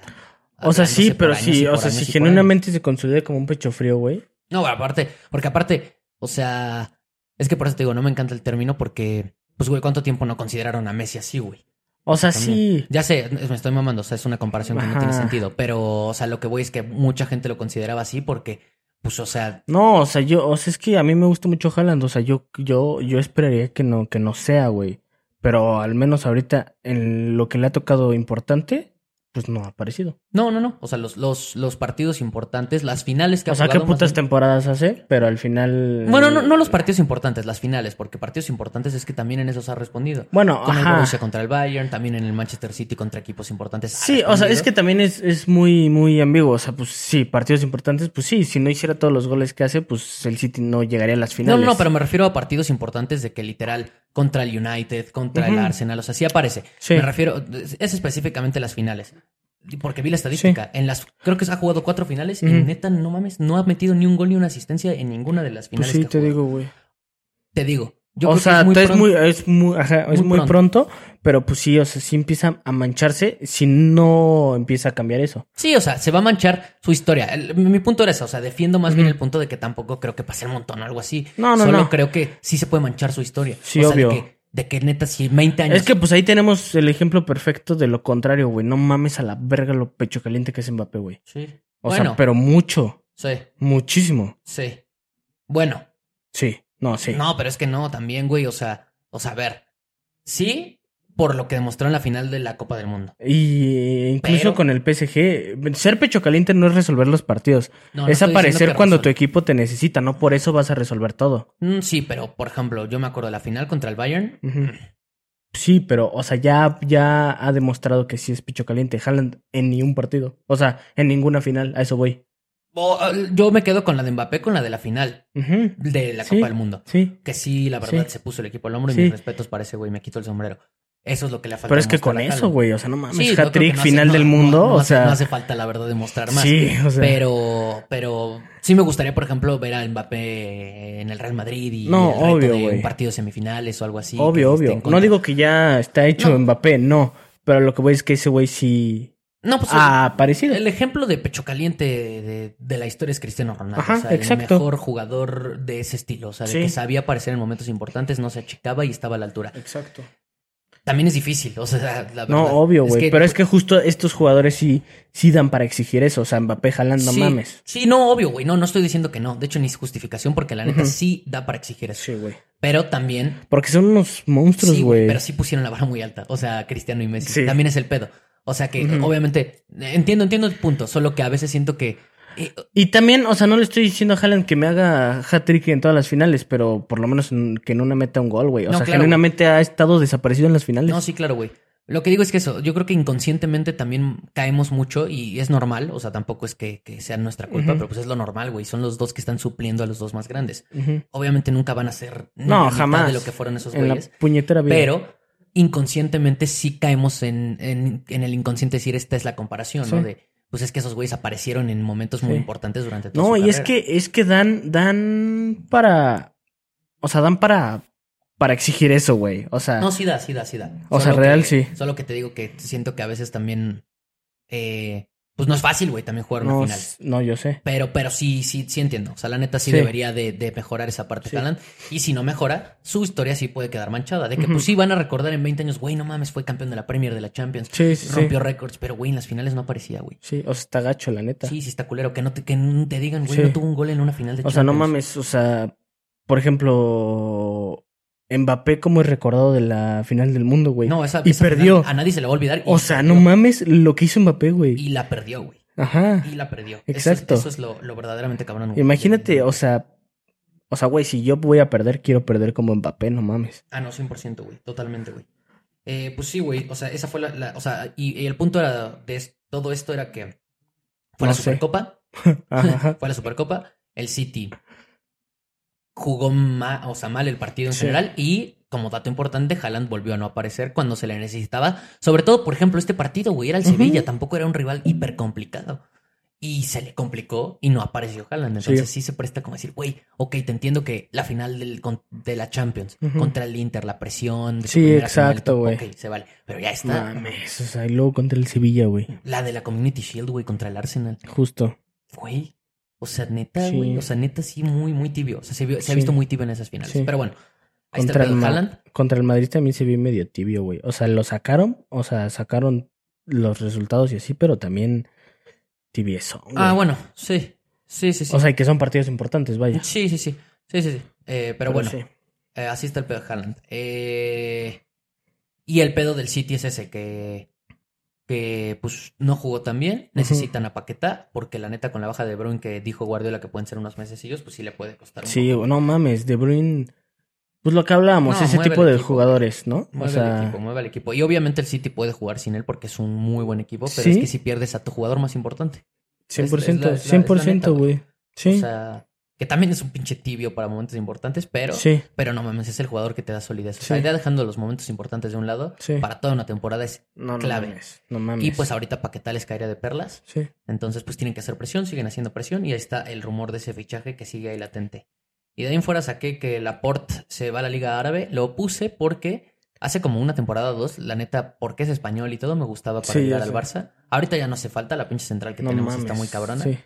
B: O sea, sí,
A: hablándose por
B: pero
A: años
B: sí,
A: y
B: o
A: por
B: sea,
A: años
B: si
A: y por
B: genuinamente se consolida como un pecho frío, güey.
A: No, aparte, porque aparte, o sea, es que por eso te digo, no me encanta el término porque, pues, güey, ¿cuánto tiempo no consideraron a Messi así, güey?
B: O sea,
A: También.
B: Ah, sí.
A: Ya sé, me estoy mamando, o sea, es una comparación que
B: Ajá.
A: no tiene sentido, pero, o sea, lo que voy es que mucha gente lo consideraba así porque, pues, o sea,
B: No, o sea, yo, o sea, es que a mí me gusta mucho Haaland, o sea, yo, yo, yo esperaría que no, que no sea, güey. Pero al menos ahorita, en lo que le ha tocado importante, pues no ha aparecido.
A: no, no, no, o sea, los, los, los partidos importantes, las finales que
B: O
A: ha
B: sea, qué
A: jugado más
B: putas
A: bien-
B: temporadas hace, pero al final.
A: Bueno, no, no los partidos importantes, las finales, porque partidos importantes es que también en esos ha respondido.
B: Bueno,
A: Con el
B: ajá.
A: Borussia contra el Bayern, también en el Manchester City contra equipos importantes. ha
B: Sí, o sea,
A: respondido.
B: es que también es, es muy, muy ambiguo. O sea, pues sí, partidos importantes, pues sí. Si no hiciera todos los goles que hace, pues el City no llegaría a las
A: No,
B: finales.
A: no, no, pero me refiero a partidos importantes de que literal contra el United, contra el
B: Ujú.
A: Arsenal, o sea, sí aparece.
B: Sí.
A: Me refiero, es específicamente las finales. Porque vi la estadística. En las, creo que ha jugado cuatro finales y
B: Ujú.
A: neta, no mames, no ha metido ni un gol ni una asistencia en ninguna de las
B: Pues
A: finales.
B: sí,
A: que ha
B: te
A: jugado.
B: digo, güey.
A: Te digo. Yo
B: O
A: creo que
B: sea, es muy,
A: pronto.
B: es muy, ajá, es
A: Muy
B: muy
A: pronto.
B: pronto. pero pues sí, o sea, sí empieza a mancharse si no empieza a cambiar eso.
A: Sí, o sea, se va a manchar su historia. El- mi punto era eso, o sea, defiendo más
B: Ujú.
A: bien el punto de que tampoco creo que pase el montón o algo así.
B: No, no,
A: Solo
B: no.
A: creo que sí se puede manchar su historia.
B: Sí,
A: o sea,
B: obvio.
A: De que, de que neta, si 20 años.
B: Es que pues ahí tenemos el ejemplo perfecto de lo contrario, güey. No mames a la verga lo pecho caliente que es Mbappé, güey.
A: Sí.
B: O
A: bueno,
B: sea, pero mucho,
A: sí.
B: muchísimo.
A: Sí. Bueno,
B: Sí, no, sí.
A: no, pero es que no, también, güey, o sea, o sea, a ver. Sí, por lo que demostró en la final de la Copa del Mundo.
B: Y eh, incluso
A: Pero-
B: con el PSG, ser pecho caliente no es resolver los partidos,
A: No, no
B: es
A: estoy diciendo
B: aparecer
A: que
B: cuando tu
A: resol-
B: equipo te necesita, no por eso vas a resolver todo.
A: Mm, sí, pero, por ejemplo, yo me acuerdo de la final contra el Bayern.
B: Ujú. Sí, pero, o sea, ya, ya ha demostrado que sí es picho caliente. Haaland en ningún partido. O sea, en ninguna final. A eso voy.
A: O, eh, yo me quedo con la de Mbappé, con la de la final
B: Ujú.
A: de la
B: Sí.
A: Copa del Mundo.
B: Sí.
A: Que sí, la verdad,
B: Sí.
A: se puso el equipo al hombro y
B: Sí.
A: mis respetos para ese güey, me quito el sombrero. Eso es lo que le ha faltado.
B: Pero es que con eso, güey. O sea, no mames. Hat-trick, final del mundo. o sea,
A: No hace falta, la verdad, demostrar más.
B: sí, o sea.
A: Pero, pero sí me gustaría, por ejemplo, ver a Mbappé en el Real Madrid y
B: No,
A: el reto
B: obvio,
A: de
B: güey.
A: un partido de semifinales o algo así.
B: obvio,
A: que esté en
B: obvio.
A: contra.
B: No digo que ya está hecho Mbappé, no. Pero lo que voy es que ese güey sí
A: No, pues
B: ha
A: el,
B: aparecido.
A: el ejemplo de pecho caliente de, de la historia es Cristiano Ronaldo.
B: Ajá,
A: o sea,
B: exacto.
A: el mejor jugador de ese estilo. O sea, de
B: Sí.
A: que sabía aparecer en momentos importantes, no se achicaba y estaba a la altura.
B: Exacto.
A: También es difícil, o sea, la verdad.
B: No, obvio,
A: Es
B: güey.
A: que-
B: pero es que justo estos jugadores sí, sí dan para exigir eso. O sea, Mbappé, Haaland, no
A: sí,
B: mames.
A: Sí, no, obvio, güey. No, no estoy diciendo que no. De hecho, ni es justificación porque la neta
B: Ujú.
A: sí da para exigir eso.
B: Sí, güey.
A: Pero también
B: Porque son unos monstruos,
A: Sí, güey,
B: güey.
A: pero sí pusieron la vara muy alta. O sea, Cristiano y Messi.
B: Sí.
A: También es el pedo. O sea que,
B: Ujú.
A: obviamente, entiendo, entiendo el punto. Solo que a veces siento que. eh,
B: Y también, o sea, no le estoy diciendo a Haaland que me haga hat-trick en todas las finales, pero por lo menos en- que en una meta un gol, güey. O
A: No,
B: sea,
A: claro,
B: genuinamente ha estado desaparecido en las finales.
A: no, sí, claro, güey. Lo que digo es que eso, yo creo que inconscientemente también caemos mucho y es normal. O sea, tampoco es que, que sea nuestra culpa,
B: Ujú.
A: pero pues es lo normal, güey. Son los dos que están supliendo a los dos más grandes.
B: Ujú.
A: Obviamente nunca van a ser ni
B: No,
A: la mitad
B: jamás.
A: de lo que fueron esos
B: En la
A: güeyes.
B: puñetera vida.
A: Pero inconscientemente sí caemos en, en, en el inconsciente decir esta es la comparación,
B: Sí.
A: ¿no? De pues es que esos güeyes aparecieron en momentos muy
B: Sí.
A: importantes durante toda
B: No,
A: su
B: y es
A: carrera.
B: que, es que dan, dan para. O sea, dan para. Para exigir eso, güey. O sea,
A: No, sí da, sí da, sí da.
B: O sea,
A: que-
B: real sí.
A: Solo que te digo que siento que a veces también. eh, pues no es fácil, güey, también jugar una
B: No,
A: final.
B: s- no, yo sé.
A: Pero, pero sí, sí, sí entiendo. O sea, la neta sí,
B: Sí.
A: debería de, de mejorar esa parte
B: Sí.
A: Haaland. Y si no mejora, su historia sí puede quedar manchada. De que
B: Ujú.
A: pues sí van a recordar en 20 años, güey, no mames, fue campeón de la Premier, de la Champions,
B: Sí, sí, sí.
A: rompió récords, pero güey, en las finales no aparecía, güey.
B: Sí, o sea, está gacho, la neta.
A: Sí, sí está culero, que no te, que no te digan, güey,
B: Sí.
A: no tuvo un gol en una final de
B: o
A: Champions.
B: sea, no mames, o sea, por ejemplo, Mbappé como es recordado de la final del mundo, güey.
A: No, esa,
B: Y
A: esa final
B: perdió.
A: a nadie se le va a olvidar. y
B: o sea,
A: perdió.
B: no mames lo que hizo Mbappé, güey.
A: Y la perdió, güey.
B: Ajá.
A: Y la perdió. Eso es-
B: Exacto.
A: Eso es, lo, lo verdaderamente cabrón. güey.
B: Imagínate, o sea, o sea, güey, si yo voy a perder, quiero perder como Mbappé, no mames.
A: Ah, no, 100%, güey. Totalmente, güey. Eh, pues sí, güey. O sea, esa fue la. la- o sea, y, y el punto era de es- todo esto era que. Fue
B: No
A: la
B: sé.
A: Supercopa.
B: Ajá.
A: Fue la Supercopa. El City jugó ma- o sea, mal el partido en
B: Sí.
A: general. Y como dato importante, Haaland volvió a no aparecer cuando se le necesitaba. Sobre todo, por ejemplo, este partido, güey, era el
B: Ujú.
A: Sevilla. Tampoco era un rival hiper complicado. Y se le complicó y no apareció Haaland.
B: Sí.
A: Entonces sí, se presta como decir, güey, ok, te entiendo que la final del, con- de la Champions
B: Ujú.
A: contra el Inter, la presión. De su
B: Sí,
A: primera final,
B: exacto,
A: todo,
B: güey.
A: Ok, se vale. Pero ya está.
B: Mames, o sea, y luego contra el Sevilla, güey.
A: La de la Community Shield, güey, contra el Arsenal.
B: Justo.
A: Güey. O sea, neta,
B: Sí.
A: güey. O sea, neta, sí, muy, muy tibio. O sea, se, vio- se ha
B: Sí.
A: visto muy tibio en esas finales.
B: Sí.
A: Pero bueno, ahí está el
B: Contra el
A: pedo de
B: Ma-
A: Haaland.
B: Contra el Madrid también se vio medio tibio, güey. O sea, lo sacaron, o sea, sacaron los resultados y así, pero también tibiezón, güey.
A: Ah, bueno, sí. Sí, sí, sí.
B: O sea, y que son partidos importantes, vaya.
A: sí, sí, sí. Sí, sí, sí. Eh, pero, bueno,
B: sí.
A: eh, así está el pedo de Haaland. Eh, y el pedo del City es ese, que, que pues no jugó tan bien. Necesitan a Paquetá, porque la neta con la baja de Bruin que dijo Guardiola que pueden ser unos mesecillos, pues sí le puede costar un
B: Sí,
A: poco.
B: no mames, De Bruyne. Pues lo que hablábamos,
A: No,
B: ese
A: mueve
B: tipo
A: el
B: de
A: equipo,
B: jugadores, ¿no? O
A: Mueve el
B: sea,
A: equipo, mueve el equipo. Y obviamente el City puede jugar sin él porque es un muy buen equipo, pero es
B: Sí.
A: que si pierdes a tu jugador más importante. es la-
B: 100%,
A: es la neta,
B: 100%, güey. Sí.
A: O sea, que también es un pinche tibio para momentos importantes, pero,
B: sí,
A: pero no mames, es el jugador que te da solidez. O sea,
B: Sí.
A: ya dejando los momentos importantes de un lado,
B: sí.
A: para toda una temporada es.
B: No, no
A: clave.
B: mames, no mames.
A: Y pues ahorita Paquetá les caería de perlas.
B: Sí.
A: Entonces, pues tienen que hacer presión, siguen haciendo presión y ahí está el rumor de ese fichaje que sigue ahí latente. Y de ahí en fuera saqué que Laporte se va a la Liga Árabe, lo puse porque hace como una temporada o dos, la neta, porque es español y todo, me gustaba para
B: Sí,
A: ayudar
B: ya
A: al
B: sé.
A: Barça. Ahorita ya no hace falta, la pinche central que
B: no
A: tenemos
B: mames.
A: está muy cabrona.
B: Sí.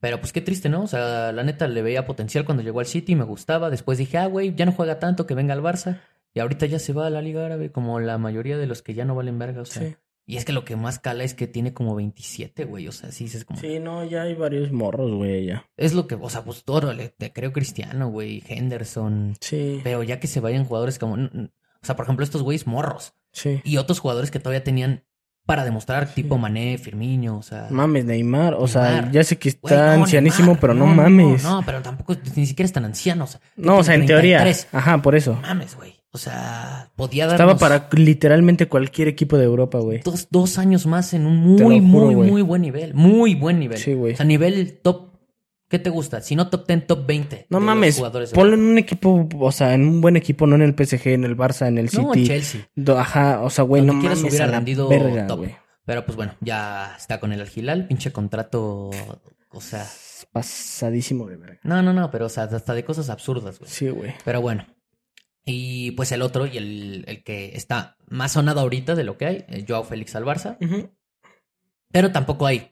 A: Pero pues qué triste, ¿no? O sea, la neta le veía potencial cuando llegó al City, me gustaba. Después dije, ah, güey, ya no juega tanto, que venga al Barça. Y ahorita ya se va a la Liga Árabe, como la mayoría de los que ya no valen verga, o sea.
B: sí.
A: Y es que lo que más cala es que tiene como 27, güey. O sea, sí, es como...
B: Sí, no, ya hay varios morros, güey, ya.
A: Es lo que, o sea, pues órale, te creo Cristiano, güey, Henderson.
B: Sí,
A: Pero ya que se vayan jugadores como, o sea, por ejemplo, estos güeyes morros
B: sí.
A: y otros jugadores que todavía tenían para demostrar,
B: Sí.
A: tipo Mané, Firmino, o sea.
B: Mames, Neymar, o sea,
A: Neymar.
B: ya sé que
A: güey,
B: está
A: no,
B: ancianísimo,
A: Neymar,
B: pero no, mames. No,
A: No, pero tampoco, ni siquiera es tan anciano, o sea.
B: o sea, en
A: tiene
B: teoría.
A: 33.
B: Ajá, por eso.
A: Mames, güey. O sea, podía darnos
B: Estaba para literalmente cualquier equipo de Europa, güey.
A: dos, dos años más en un
B: Te
A: muy,
B: lo juro,
A: muy,
B: güey.
A: muy buen nivel. Muy buen nivel.
B: Sí, güey.
A: O sea, nivel top. ¿Qué te gusta? Si no top 10, top 20.
B: No
A: de los
B: mames,
A: jugadores de
B: ponlo en un equipo, o sea, en un buen equipo, no en el PSG, en el Barça, en el
A: No, en
B: City.
A: Chelsea.
B: Do- Ajá, o sea, güey,
A: Donde
B: no
A: quieras
B: mames
A: hubiera
B: a la
A: rendido
B: verga,
A: top.
B: güey.
A: Pero pues bueno, ya está con el Algilal, pinche contrato. O sea,
B: Pasadísimo de verga.
A: no, no, no, pero o sea, hasta de cosas absurdas, güey.
B: Sí, güey.
A: Pero bueno. Y pues el otro y el, el que está más sonado ahorita de lo que hay, eh, Joao Félix al Barça. Pero tampoco hay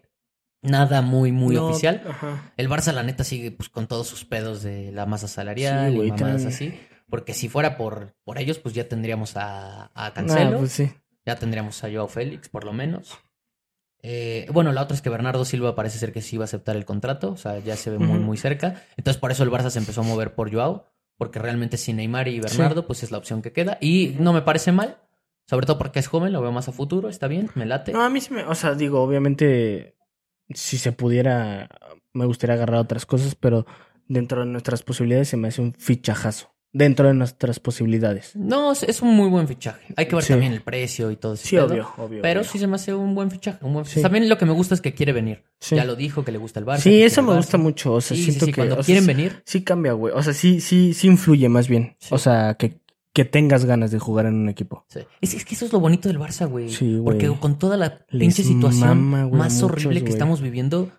A: nada muy, muy
B: No,
A: oficial.
B: Ajá.
A: El Barça, la neta, sigue pues, con todos sus pedos de la masa salarial
B: Sí, güey,
A: y mamadas
B: tienen-
A: así. Porque si fuera por, por ellos, pues ya tendríamos a, a Cancelo,
B: Ah, pues sí.
A: ya tendríamos a Joao Félix, por lo menos. Eh, bueno, la otra es que Bernardo Silva parece ser que sí va a aceptar el contrato, o sea, ya se ve muy,
B: Ujú.
A: muy cerca. Entonces, por eso el Barça se empezó a mover por Joao, porque realmente sin Neymar y Bernardo, pues es la opción que queda. Y no me parece mal, sobre todo porque es joven, lo veo más a futuro, está bien, me late.
B: No, a mí sí me. O sea, digo, obviamente, si se pudiera, me gustaría agarrar otras cosas, pero dentro de nuestras posibilidades se me hace un fichajazo. Dentro de nuestras posibilidades.
A: No, es- es un muy buen fichaje. Hay que ver
B: Sí.
A: también el precio y todo eso.
B: Sí, obvio, obvio.
A: Pero
B: obvio.
A: sí se me hace un buen fichaje. un buen fichaje.
B: Sí.
A: También lo que me gusta es que quiere venir.
B: Sí.
A: Ya lo dijo, que le gusta el Barça.
B: Sí,
A: que
B: eso
A: quiere
B: me
A: el
B: gusta
A: Barça.
B: mucho. O sea,
A: Sí, sí,
B: siento
A: sí,
B: que.
A: cuando
B: o sea,
A: quieren
B: sí-
A: venir.
B: Sí cambia, güey. O sea, sí, sí, sí influye más bien.
A: Sí.
B: O sea, que, que tengas ganas de jugar en un equipo.
A: sí. Es, es que eso es lo bonito del Barça, güey.
B: Sí, güey.
A: Porque con toda la
B: Les
A: pinche situación
B: mama, güey,
A: más horrible
B: muchos,
A: que
B: güey.
A: estamos viviendo,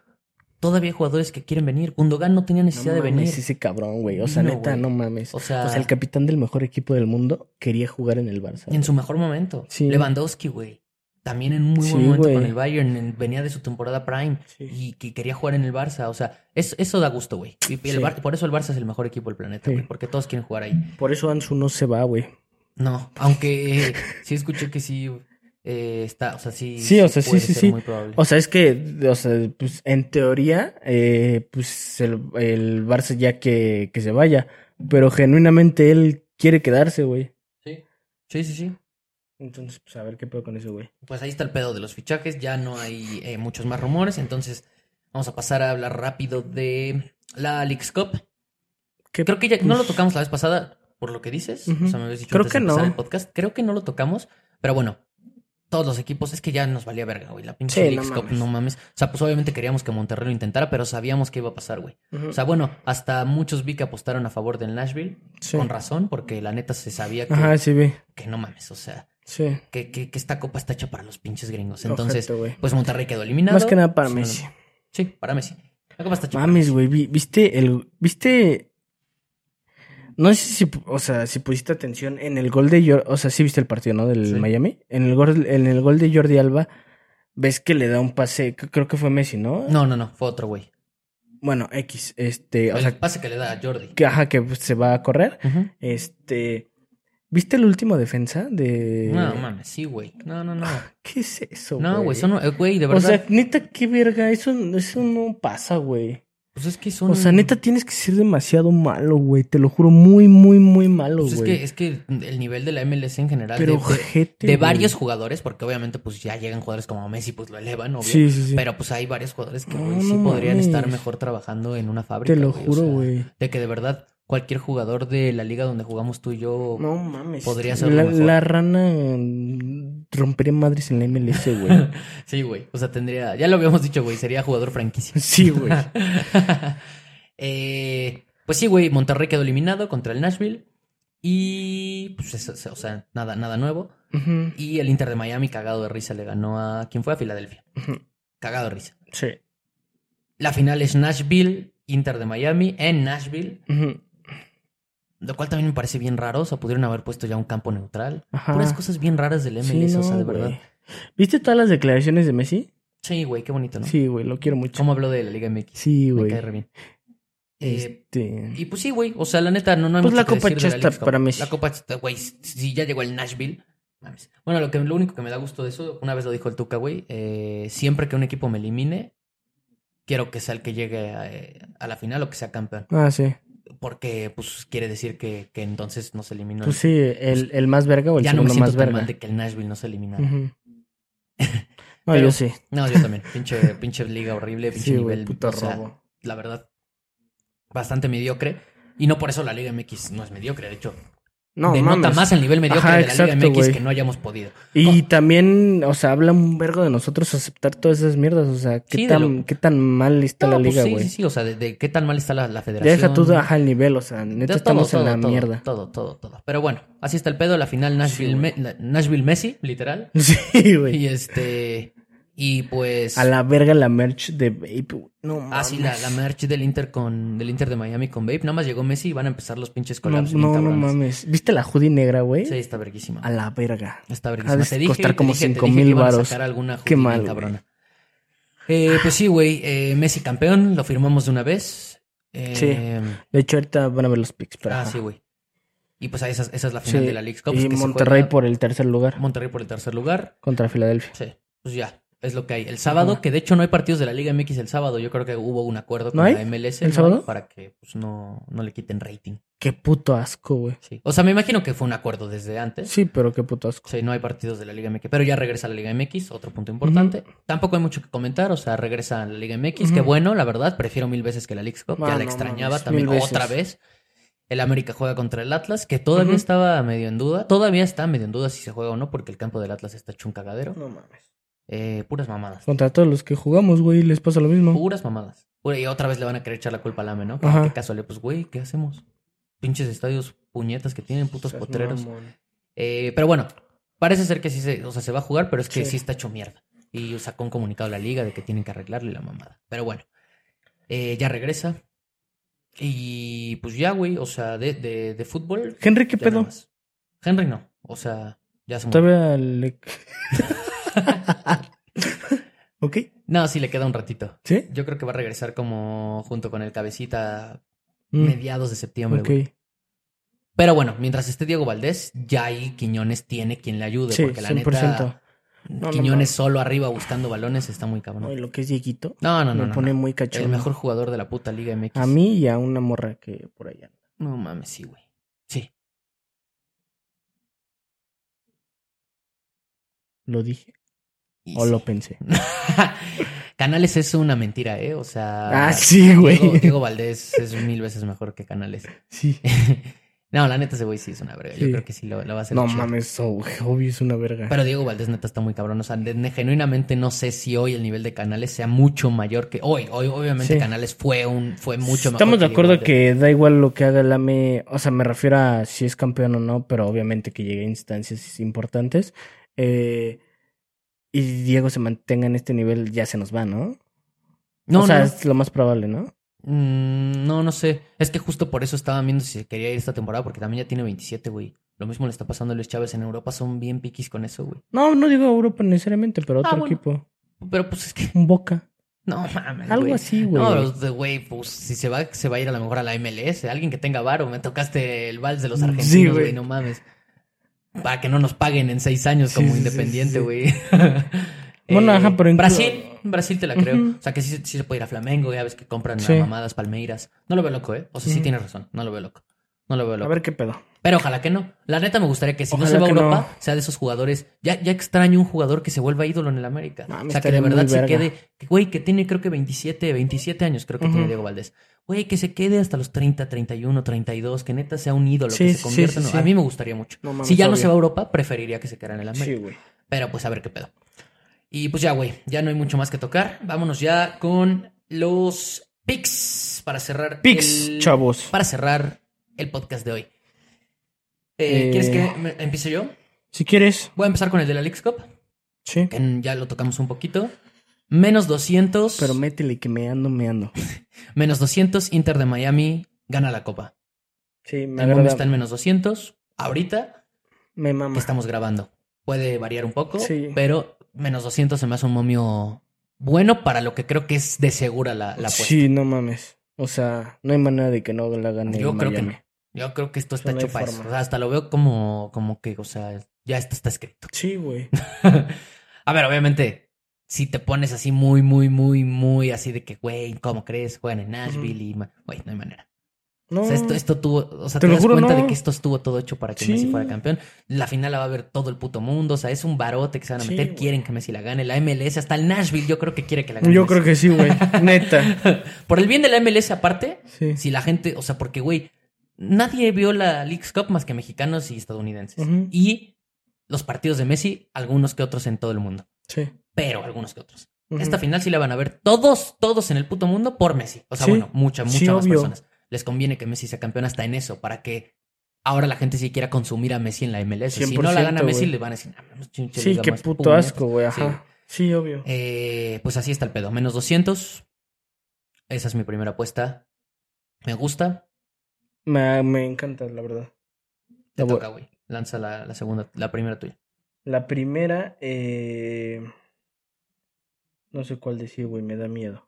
A: todavía hay jugadores que quieren venir. Gundogan no tenía necesidad de
B: mames,
A: venir.
B: ese cabrón, güey. O sea,
A: Vino,
B: neta,
A: güey.
B: no mames.
A: O
B: O
A: sea-
B: sea, el capitán del mejor equipo del mundo quería jugar en el Barça.
A: En su mejor momento.
B: Sí.
A: Lewandowski, güey. también en muy buen
B: Sí,
A: momento
B: güey.
A: con el Bayern, en- venía de su temporada prime
B: Sí.
A: y que quería jugar en el Barça, o sea, es- eso da gusto, güey. Y, y el
B: Sí.
A: Bar- por eso el Barça es el mejor equipo del planeta,
B: Sí.
A: güey, porque todos quieren jugar ahí.
B: Por eso Ansu no se va, güey.
A: No, aunque eh, sí escuché que sí eh, está, o sea, sí
B: Sí, o sea, sí,
A: puede
B: sí,
A: ser
B: sí.
A: muy probable.
B: O sea, es que, o sea, pues en teoría, eh, pues el, el Barça ya que, que se vaya. Pero genuinamente él quiere quedarse, güey.
A: sí. Sí, sí, sí.
B: Entonces, pues a ver qué pedo con eso, güey.
A: Pues ahí está el pedo de los fichajes, ya no hay eh, muchos más rumores, entonces vamos a pasar a hablar rápido de la Leagues Cup.
B: ¿Qué-
A: Creo que ya no lo tocamos la vez pasada, por lo que dices.
B: Ujú.
A: O sea, me habías dicho
B: Creo
A: antes
B: que
A: de empezar
B: no.
A: el podcast. Creo que no lo tocamos, pero bueno, todos los equipos, es que ya nos valía verga, güey. La pinche
B: Sí, no
A: Leagues Cup,
B: mames.
A: no mames. O sea, pues obviamente queríamos que Monterrey lo intentara, pero sabíamos que iba a pasar, güey.
B: Ujú.
A: O sea, bueno, hasta muchos vi que apostaron a favor del Nashville,
B: Sí.
A: con razón, porque la neta se sabía que,
B: Ajá, sí, vi.
A: que no mames, o sea,
B: Sí.
A: que, que- que esta copa está hecha para los pinches gringos. Entonces,
B: Ojete, güey.
A: pues Monterrey quedó eliminado.
B: Más que nada para
A: Sí,
B: Messi.
A: Sí, para Messi. La copa está hecha para
B: Mames, güey, vi- viste el viste no sé si, pu- o sea, si pusiste atención en el gol de Jordi, o sea, sí viste el partido, ¿no? del
A: Sí.
B: Miami. En el gol en el gol de Jordi Alba ves que le da un pase, c- creo que fue Messi, ¿no?
A: No, no, no, fue otro güey.
B: Bueno, X, este, o
A: El
B: sea,
A: pase que le da a Jordi.
B: que ajá que pues, se va a correr.
A: Ujú.
B: Este, ¿viste el último defensa de
A: No, mames, sí, güey. No, no, no.
B: ¿Qué es eso,
A: No, güey, son... eh, Güey, de
B: O
A: verdad.
B: sea, neta, qué verga, eso, eso no pasa, güey.
A: pues es que son...
B: O sea, neta, tienes que ser demasiado malo, güey. Te lo juro, muy, muy, muy malo,
A: Pues es
B: güey.
A: que, es que el nivel de la MLS en general...
B: Pero
A: de- de,
B: ojete,
A: de
B: güey.
A: varios jugadores, porque obviamente pues ya llegan jugadores como Messi, pues lo elevan, obvio.
B: Sí, sí, sí.
A: Pero pues hay varios jugadores que
B: No,
A: güey, sí
B: no
A: podrían
B: mames.
A: estar mejor trabajando en una fábrica.
B: Te lo
A: güey, o
B: juro,
A: sea,
B: güey.
A: de que de verdad cualquier jugador de la liga donde jugamos tú y yo...
B: No mames.
A: podría ser lo
B: la,
A: mejor.
B: la rana mm, rompería madres en la MLS, güey.
A: Sí, güey. O sea, tendría... Ya lo habíamos dicho, güey. Sería jugador franquicia.
B: sí, güey.
A: Eh, pues sí, güey, Monterrey quedó eliminado contra el Nashville. Y pues eso, o sea, nada, nada nuevo.
B: Ujú,
A: Y el Inter de Miami, cagado de risa, le ganó a quien fue a Filadelfia.
B: ujú.
A: Cagado de risa.
B: sí.
A: La final es Nashville, Inter de Miami, en Nashville.
B: Ujú.
A: Lo cual también me parece bien raro. O sea, pudieron haber puesto ya un campo neutral.
B: Ajá.
A: Puras cosas bien raras del MLS,
B: Ah. Sí,
A: o sea,
B: no,
A: de
B: güey.
A: verdad.
B: ¿Viste todas las declaraciones de Messi?
A: Sí, güey, qué bonito, ¿no?
B: Sí, güey, lo quiero mucho.
A: ¿Cómo habló de la Liga MX?
B: Sí,
A: me
B: güey.
A: cae re bien. Eh,
B: Este...
A: Y pues sí, güey. O sea, la neta, no, no hay
B: Pues
A: mucho
B: la
A: que
B: Copa
A: decir de la
B: Chasta
A: Leagues Cup.
B: para Messi.
A: La Copa Chasta, güey. Si ya llegó el Nashville. mames. Bueno, lo, que, lo único que me da gusto de eso, una vez lo dijo el Tuca, güey. eh, siempre que un equipo me elimine, quiero que sea el que llegue a, eh, a la final o que sea campeón.
B: Ah, sí.
A: Porque, pues, quiere decir que, que entonces no se eliminó.
B: Pues sí, el, el más verga o el
A: ya no me siento
B: segundo más
A: tan
B: verga.
A: mal de que el Nashville no se eliminara.
B: Ujú. No,
A: Pero-
B: yo sí.
A: No, yo también. Pinche, pinche liga horrible, pinche
B: Sí,
A: nivel.
B: güey, puto
A: o sea,
B: robo.
A: la verdad, bastante mediocre. Y no por eso la Liga MX no es mediocre, de hecho,
B: No,
A: denota
B: mames.
A: más el nivel mediocre
B: Ajá,
A: de la Liga
B: exacto,
A: MX
B: güey.
A: que no hayamos podido.
B: Y también, o sea, habla un vergo de nosotros aceptar todas esas mierdas. O sea, qué,
A: Sí, de
B: tan,
A: lo-
B: qué tan mal está
A: No,
B: la
A: pues
B: liga,
A: sí,
B: güey.
A: sí, sí, o sea, de, de qué tan mal está la, la federación.
B: Deja tú baja el nivel, o sea,
A: De
B: neta
A: todo,
B: estamos
A: todo,
B: en la
A: todo,
B: mierda.
A: Todo, todo, todo. Pero bueno, así está el pedo. La final Nashville,
B: Sí,
A: Me-
B: güey.
A: la- Nashville Messi, literal.
B: Sí, güey.
A: Y este. Y pues.
B: A la verga la merch de Vape, güey. No,
A: Ah, sí, la, la merch del Inter con del Inter de Miami con Babe. Nada más llegó Messi y van a empezar los pinches
B: No,
A: collabs. bien
B: no, no
A: cabrones.
B: mames. ¿Viste la hoodie negra, güey?
A: Sí, está verguísima.
B: A la verga.
A: Está
B: Ha
A: verguísima.
B: de
A: Te dije,
B: costar
A: te
B: como
A: dije- te
B: cinco
A: dije
B: mil
A: que iban a
B: varos.
A: sacar alguna
B: Qué
A: Qué
B: mal, güey.
A: cabrona. Eh, pues sí, güey. eh, Messi campeón, lo firmamos de una vez. Eh,
B: Sí. De hecho, ahorita van a ver los pics, pero.
A: Ah,
B: ajá.
A: sí, güey. Y pues ahí esa, esa es la final
B: Sí,
A: de la League Cup.
B: Y
A: que se
B: Monterrey
A: juega-
B: por el tercer lugar
A: Monterrey por el tercer lugar.
B: contra Filadelfia.
A: Sí, pues ya. Es lo que hay. El sábado,
B: Ajá.
A: que de hecho no hay partidos de la Liga MX el sábado. Yo creo que hubo un acuerdo con
B: ¿No hay?
A: la MLS
B: ¿El
A: ¿no?
B: sábado?
A: para que pues, no, no le quiten rating.
B: Qué puto asco, güey.
A: Sí. O sea, me imagino que fue un acuerdo desde antes.
B: Sí, pero qué puto asco.
A: Sí, no hay partidos de la Liga MX, pero ya regresa la Liga MX, otro punto importante. Tampoco hay mucho que comentar, o sea, regresa la Liga MX, que
B: Ujú.
A: bueno, la verdad, prefiero mil veces que la League Cup, ya
B: Ah,
A: la
B: no
A: extrañaba
B: mames,
A: también
B: mil veces.
A: otra vez. El América juega contra el Atlas, que todavía
B: Ujú.
A: estaba medio en duda, todavía está medio en duda si se juega o no, porque el campo del Atlas está hecho un cagadero.
B: No mames.
A: Eh, puras mamadas,
B: Contra todos los que jugamos, güey, les pasa lo mismo.
A: puras mamadas. Pura- Y otra vez le van a querer echar la culpa al AME, ¿no? Que,
B: Ajá.
A: que casualidad, pues güey, ¿qué hacemos? Pinches estadios puñetas que tienen putos potreros. Eh, pero bueno, parece ser que sí se, o sea, se va a jugar, pero es que sí,
B: Sí.
A: está hecho mierda. Y sacó un comunicado a la liga de que tienen que arreglarle la mamada. Pero bueno, eh, ya regresa. Y pues ya, güey, o sea, de, de, de fútbol.
B: Henry, ¿qué
A: ya nada
B: pedo?
A: más. Henry no, o sea, ya se murió.
B: Todavía le... ¿Ok?
A: No, sí, le queda un ratito.
B: ¿Sí?
A: Yo creo que va a regresar como junto con el cabecita
B: Mm,
A: mediados de septiembre.
B: ok.
A: güey. Pero bueno, mientras esté Diego Valdés, ya ahí Quiñones tiene quien le ayude.
B: Sí,
A: porque la
B: 100%.
A: neta,
B: No, no,
A: Quiñones solo arriba buscando balones está muy
B: Ay,
A: cabrón.
B: lo que es Dieguito.
A: No, no, no.
B: me
A: no,
B: pone
A: no.
B: muy cachondo.
A: El mejor jugador de la puta Liga MX.
B: A mí y a una morra que por allá. anda.
A: No mames, sí, güey. Sí.
B: Lo dije.
A: y
B: O
A: sí.
B: lo pensé.
A: Canales es una mentira, ¿eh? O sea.
B: Ah, sí, güey.
A: Diego, Diego Valdés es mil veces mejor que Canales.
B: Sí.
A: no, la neta, ese güey sí es una verga. Yo
B: Sí.
A: creo que sí lo, lo va a hacer.
B: No
A: chido.
B: mames, oh, güey, obvio es una verga.
A: Pero Diego Valdés neta está muy cabrón. O sea, de- de- genuinamente no sé si hoy el nivel de Canales sea mucho mayor que hoy. Hoy obviamente
B: Sí.
A: Canales fue un fue mucho mejor.
B: Estamos de
A: Diego
B: acuerdo
A: Valdés.
B: que da igual lo que haga el AME, o sea, me refiero a si es campeón o no, pero obviamente que llegue a instancias importantes. eh, y Diego se mantenga en este nivel, ya se nos va, ¿no?
A: no,
B: o sea,
A: no,
B: es lo más probable, ¿no?
A: Mm, no, no sé. Es que justo por eso estaba viendo si quería ir esta temporada porque también ya tiene 27, güey. Lo mismo le está pasando a Luis Chávez en Europa, son bien piquis con eso, güey.
B: No, no digo Europa necesariamente, pero
A: Ah,
B: otro
A: bueno.
B: equipo.
A: Pero pues es que
B: Un Boca.
A: no mames,
B: Algo
A: güey.
B: así, güey.
A: No, los de, güey, pues si se va, se va a ir a lo mejor a la MLS. Alguien que tenga varo, me tocaste el vals de los
B: Sí,
A: argentinos, güey,
B: güey.
A: no mames. Para que no nos paguen en seis años
B: Sí,
A: como
B: sí, sí,
A: independiente,
B: sí.
A: güey. Eh,
B: Bueno, ajá, pero inclu-
A: Brasil, Brasil te la creo.
B: Ujú.
A: O sea, que sí, sí se puede ir a Flamengo, ya ves que compran a
B: Sí.
A: mamadas, palmeiras. No lo veo loco, ¿eh? O sea, sí
B: Ujú.
A: tienes razón, no lo veo loco. No lo veo
B: A
A: loco.
B: ver qué pedo.
A: Pero ojalá que no. La neta me gustaría que si no
B: Ojalá
A: se va a
B: que no.
A: Europa, sea de esos jugadores. Ya, ya extraño un jugador que se vuelva ídolo en el América.
B: Mami,
A: o sea, que de
B: estaría muy
A: verdad se
B: verga.
A: quede. que, Güey, que tiene creo que 27, 27 años, creo que tiene
B: Ujú.
A: Diego Valdés. Güey, que se quede hasta los 30, 31, 32, que neta sea un ídolo,
B: Sí,
A: que
B: sí,
A: se
B: sí,
A: convierta en-
B: sí, sí.
A: A mí me gustaría mucho.
B: No mames,
A: si ya no
B: obvio.
A: se va a Europa, preferiría que se quedara en el América.
B: Sí, güey.
A: Pero pues a ver qué pedo. Y pues ya, güey, ya no hay mucho más que tocar. Vámonos ya con los picks para cerrar.
B: Picks,
A: el-
B: chavos.
A: Para cerrar el podcast de hoy. Eh,
B: Eh,
A: ¿Quieres que me- empiece yo?
B: Si quieres.
A: Voy a empezar con el de la Leagues Cup,
B: Sí.
A: que ya lo tocamos un poquito. Menos 200.
B: Pero métele que me ando, me ando.
A: Menos 200, Inter de Miami gana la copa.
B: Sí, me
A: El mundo está
B: agrada.
A: en menos 200. Ahorita
B: Me
A: que
B: mama.
A: estamos grabando. Puede variar un poco,
B: Sí.
A: pero menos 200 se me hace un momio bueno para lo que creo que es de segura la, la apuesta.
B: Sí, no mames. O sea, no hay manera de que no la gane.
A: Yo
B: el
A: creo que
B: Miami.
A: no. Yo creo que esto está
B: no
A: hecho
B: hay
A: para eso.
B: forma.
A: O sea, hasta lo veo como, como que, o sea, ya esto está escrito.
B: Sí, güey.
A: a ver, obviamente, si te pones así muy, muy, muy, muy así de que, güey, ¿cómo crees? Juegan en Nashville y... ma- Güey, no hay manera.
B: No.
A: O sea, esto, esto tuvo... O sea,
B: Mm.
A: te,
B: Te lo
A: das
B: juro,
A: cuenta de
B: no.
A: que esto estuvo todo hecho para que
B: Sí.
A: Messi fuera campeón. La final la va a ver todo el puto mundo. O sea, es un barote que se van a
B: Sí,
A: meter.
B: güey.
A: Quieren que Messi la gane. La MLS, hasta el Nashville, yo creo que quiere que la gane
B: Yo creo que sí, güey. Neta.
A: Por el bien de la MLS aparte,
B: Sí.
A: si la gente, o sea, porque, güey, nadie vio la League's Cup más que mexicanos y estadounidenses.
B: Ujú.
A: Y los partidos de Messi, algunos que otros en todo el mundo.
B: Sí.
A: Pero algunos que otros.
B: Ujú.
A: Esta final sí la van a ver todos, todos en el puto mundo por Messi. O sea,
B: Sí.
A: bueno, muchas, muchas
B: Sí,
A: más
B: obvio.
A: personas. Les conviene que Messi sea campeón hasta en eso, para que ahora la gente sí quiera consumir a Messi en la MLS. Si no la
B: 100%,
A: gana Messi,
B: güey.
A: le van a decir, "Ah, mames, pinche
B: Sí,
A: liga
B: qué
A: más
B: puto
A: puñetas".
B: asco, güey.
A: Sí.
B: Ajá. Sí, obvio.
A: Eh, pues así está el pedo. Menos 200. Esa es mi primera apuesta. Me gusta.
B: Me, me encanta, la verdad.
A: Te
B: La voy-
A: toca, güey. Lanza la, la segunda, la primera tuya.
B: La primera, eh... no sé cuál decir, güey, me da miedo.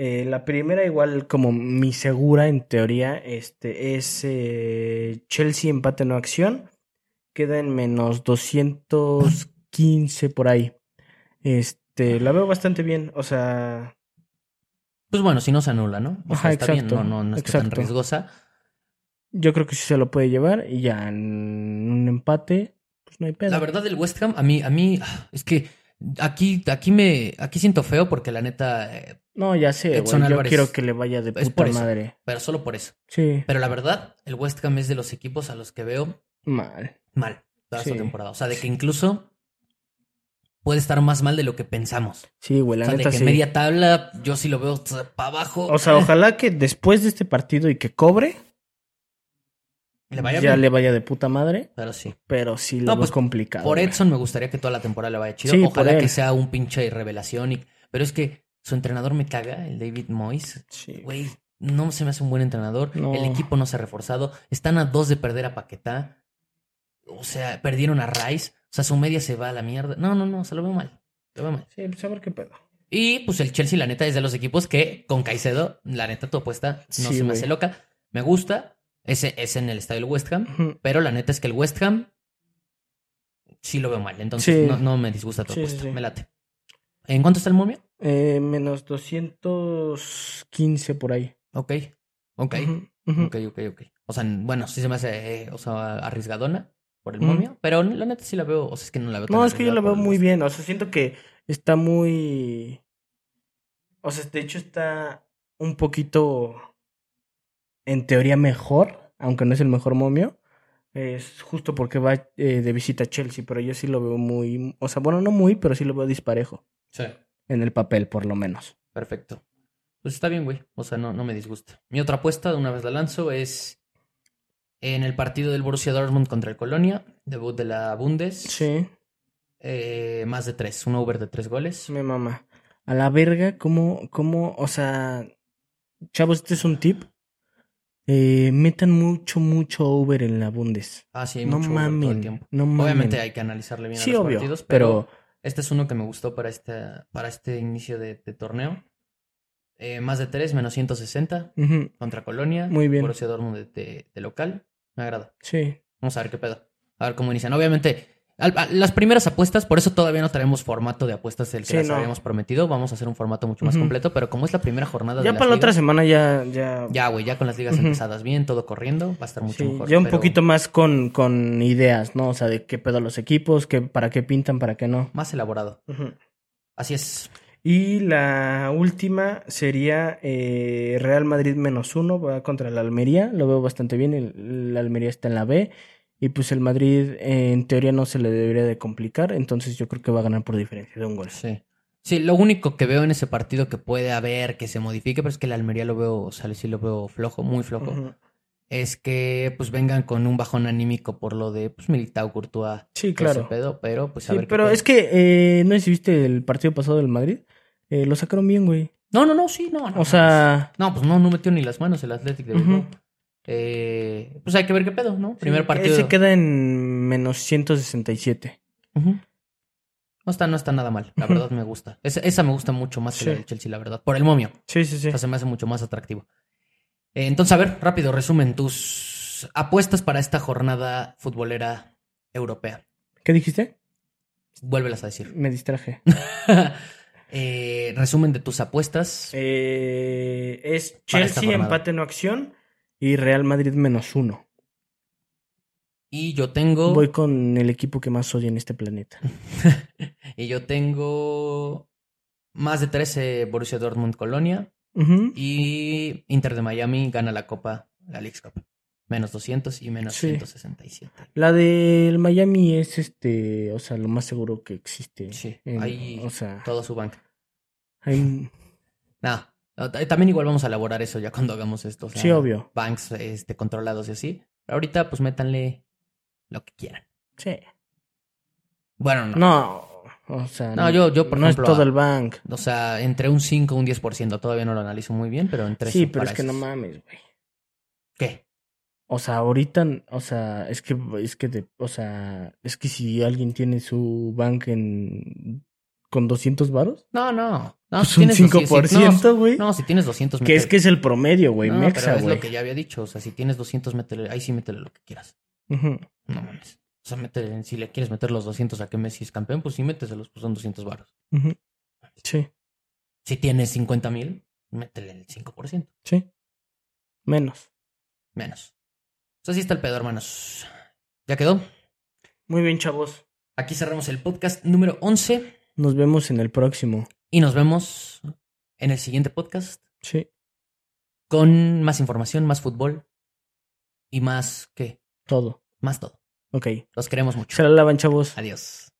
B: Eh, la primera, igual como mi segura en teoría, este, es eh, Chelsea empate no acción. Queda en menos 215 por ahí. Este, la veo bastante bien, o sea,
A: Pues bueno, si no se anula, ¿no? O sea,
B: Ajá,
A: está
B: exacto,
A: bien, no, no, no está tan
B: exacto.
A: riesgosa.
B: yo creo que sí se lo puede llevar y ya en un empate, pues no hay pedo.
A: La verdad, del West Ham, a mí, a mí, es que aquí, aquí me, aquí siento feo porque la neta, eh,
B: No, ya sé,
A: Edson
B: güey, yo
A: Álvarez.
B: quiero que le vaya de
A: Es
B: puta
A: por eso.
B: madre.
A: pero solo por eso.
B: Sí,
A: Pero la verdad, el West Ham es de los equipos a los que veo
B: mal.
A: mal toda esta
B: Sí.
A: temporada. O sea, de que incluso puede estar más mal de lo que pensamos.
B: Sí, güey,
A: O
B: la
A: sea, de
B: neta
A: que
B: sí.
A: media tabla, yo sí lo veo para abajo.
B: O sea, ojalá que después de este partido y que cobre,
A: le vaya
B: ya
A: bien,
B: le vaya de puta madre,
A: Pero sí.
B: pero sí lo
A: No,
B: veo
A: pues,
B: complicado.
A: Por
B: güey.
A: Edson me gustaría que toda la temporada le vaya chido.
B: Sí, por
A: Ojalá
B: él.
A: que sea un pinche revelación. y- Pero es que su entrenador me caga, el David Moyes.
B: Sí, güey.
A: Güey, no se me hace un buen entrenador.
B: No.
A: El equipo no se ha reforzado. Están a dos de perder a Paquetá. O sea, perdieron a Rice. O sea, su media se va a la mierda. No, no, no, se lo veo mal. Lo veo mal.
B: Sí, pues a ver qué pedo.
A: Y pues el Chelsea, la neta, es de los equipos que con Caicedo, la neta, tu apuesta no
B: Sí,
A: se me
B: güey.
A: hace loca. Me gusta. Ese es en el estadio del West Ham.
B: Ujú.
A: Pero la neta es que el West Ham sí lo veo mal. Entonces
B: Sí.
A: no, no me disgusta tu
B: Sí, sí,
A: apuesta.
B: sí.
A: Me late. ¿En cuánto está el momio?
B: Eh, menos 215 por ahí.
A: Ok. Ok.
B: Ujú, ujú.
A: Ok, ok, ok. O sea, bueno, sí se me hace, eh, o sea, arriesgadona por el
B: Ujú.
A: momio. Pero la neta sí la veo. O sea, es que no la veo tan
B: No, es que yo la
A: arriesgada
B: veo
A: por el
B: muy
A: West
B: bien. O sea, siento que está muy. O sea, de hecho está un poquito. En teoría mejor, aunque no es el mejor momio. Es justo porque va eh, de visita a Chelsea, pero yo sí lo veo muy. O sea, bueno, no muy, pero sí lo veo disparejo.
A: Ham. Sí.
B: En el papel, por lo menos.
A: Perfecto. Pues está bien, güey. O sea, no, no me disgusta. Mi otra apuesta, de una vez la lanzo, es en el partido del Borussia Dortmund contra el Colonia, debut de la Bundes.
B: Sí,
A: Eh, más de tres, un over de tres goles.
B: mi mamá. A la verga, ¿cómo, cómo, o sea, chavos, este es un tip. Eh, metan mucho, mucho over en la Bundes.
A: Ah, sí, hay
B: No
A: mucho over todo el
B: mamen,
A: tiempo.
B: no mamen.
A: Obviamente hay que analizarle bien
B: Sí,
A: a los
B: obvio,
A: partidos, pero,
B: pero,
A: este es uno que me gustó para este, para este inicio de, de torneo. Eh, más de tres, menos 160
B: ujú,
A: contra Colonia.
B: Muy bien.
A: Borussia Dortmund de- de- de local. Me agrada.
B: sí,
A: Vamos a ver qué pedo. A ver cómo inician. Obviamente, al- a- las primeras apuestas, por eso todavía no traemos formato de apuestas del que
B: Sí,
A: las
B: no.
A: habíamos prometido. Vamos a hacer un formato mucho más
B: Ujú.
A: completo, pero como es la primera jornada
B: Ya
A: de las
B: para la otra
A: ligas,
B: semana ya, ya,
A: ya, güey, ya con las ligas
B: Ujú.
A: empezadas bien, todo corriendo, va a estar mucho
B: sí,
A: mejor.
B: ya un
A: pero
B: poquito más con, con ideas, ¿no? O sea, de qué pedo los equipos, qué, para qué pintan, para qué no.
A: más elaborado.
B: Ujú.
A: Así es.
B: Y la última sería eh, Real Madrid menos uno, va contra la Almería, lo veo bastante bien, el- la Almería está en la B y pues el Madrid eh, en teoría no se le debería de complicar, entonces yo creo que va a ganar por diferencia de un gol.
A: Sí. Sí, lo único que veo en ese partido que puede haber que se modifique, pero es que la Almería lo veo, o sea, sí lo veo flojo, muy flojo,
B: Ujú.
A: es que pues vengan con un bajón anímico por lo de pues Militao, Courtois,
B: Sí,
A: todo ese
B: claro.
A: pedo, pero pues a
B: Sí,
A: ver qué
B: pero
A: pedo.
B: es que eh, no sé si viste el partido pasado del Madrid, eh, lo sacaron bien, güey.
A: No, no, no, sí, no. no
B: O sea,
A: No, pues no, no metió ni las manos el Athletic de
B: Ujú.
A: Bilbao. Eh, pues hay que ver qué pedo, ¿no? Primer
B: sí,
A: partido.
B: ese eh, queda en menos 167.
A: Ujú. No está, no está nada mal. La
B: Ujú.
A: verdad me gusta. Esa, esa me gusta mucho más que la
B: Sí.
A: del Chelsea, la verdad. Por el momio.
B: Sí, sí, sí.
A: O sea, se me hace mucho más atractivo. Eh, entonces, a ver, rápido, resumen tus apuestas para esta jornada futbolera europea.
B: ¿Qué dijiste?
A: Vuélvelas a decir.
B: Me distraje.
A: Eh, resumen de tus apuestas.
B: Eh, es
A: Para esta
B: Chelsea
A: jornada.
B: empate no acción y Real Madrid menos uno.
A: Y yo tengo.
B: Voy con el equipo que más odio en este planeta.
A: y yo tengo. Más de 13 Borussia Dortmund Colonia.
B: Ujú.
A: Y Inter de Miami gana la Copa, la League Cup. Menos 200 y menos
B: Sí.
A: 167.
B: La del Miami es este, o sea, lo más seguro que existe.
A: Sí,
B: En-
A: ahí
B: o sea,
A: Todo su banca.
B: hay-
A: Nada. no, t- También igual vamos a elaborar eso ya cuando hagamos esto. o sea,
B: Sí, obvio.
A: Banks este, controlados y así. Ahorita pues métanle lo que quieran.
B: sí.
A: Bueno, no.
B: No, o sea,
A: No, yo- yo, por
B: no
A: ejemplo,
B: es todo
A: a-
B: el bank.
A: O sea, entre un 5 un 10%. Todavía no lo analizo muy bien, pero entre
B: Sí,
A: eso,
B: pero
A: para
B: es que no
A: esos-
B: mames, güey.
A: ¿Qué?
B: O sea, ahorita, o sea, es que, es que, de- o sea, es que si alguien tiene su bank en, con 200 varos,
A: No, no. No,
B: pues
A: si
B: un
A: tienes
B: 5%, güey.
A: No, si tienes 200,
B: Que es
A: métele.
B: que es el promedio, güey,
A: No,
B: mexa,
A: pero es
B: güey.
A: lo que ya había dicho. O sea, si tienes 200, métele. Ahí sí métele lo que quieras.
B: Ujú.
A: No mames. O sea, métele, si le quieres meter los 200 a que Messi es campeón, pues sí, méteselos, pues son 200 baros.
B: Ujú. Sí,
A: Si tienes 50 mil, métele el 5%.
B: sí. Menos.
A: Menos. O sea, así está el pedo, hermanos. Ya quedó.
B: Muy bien, chavos.
A: Aquí cerramos el podcast número 11
B: Nos vemos en el próximo.
A: y nos vemos en el siguiente podcast
B: Sí,
A: con más información, más fútbol y más, ¿qué?
B: todo.
A: Más todo.
B: Ok.
A: Los queremos mucho.
B: Se la lavan, chavos.
A: Adiós.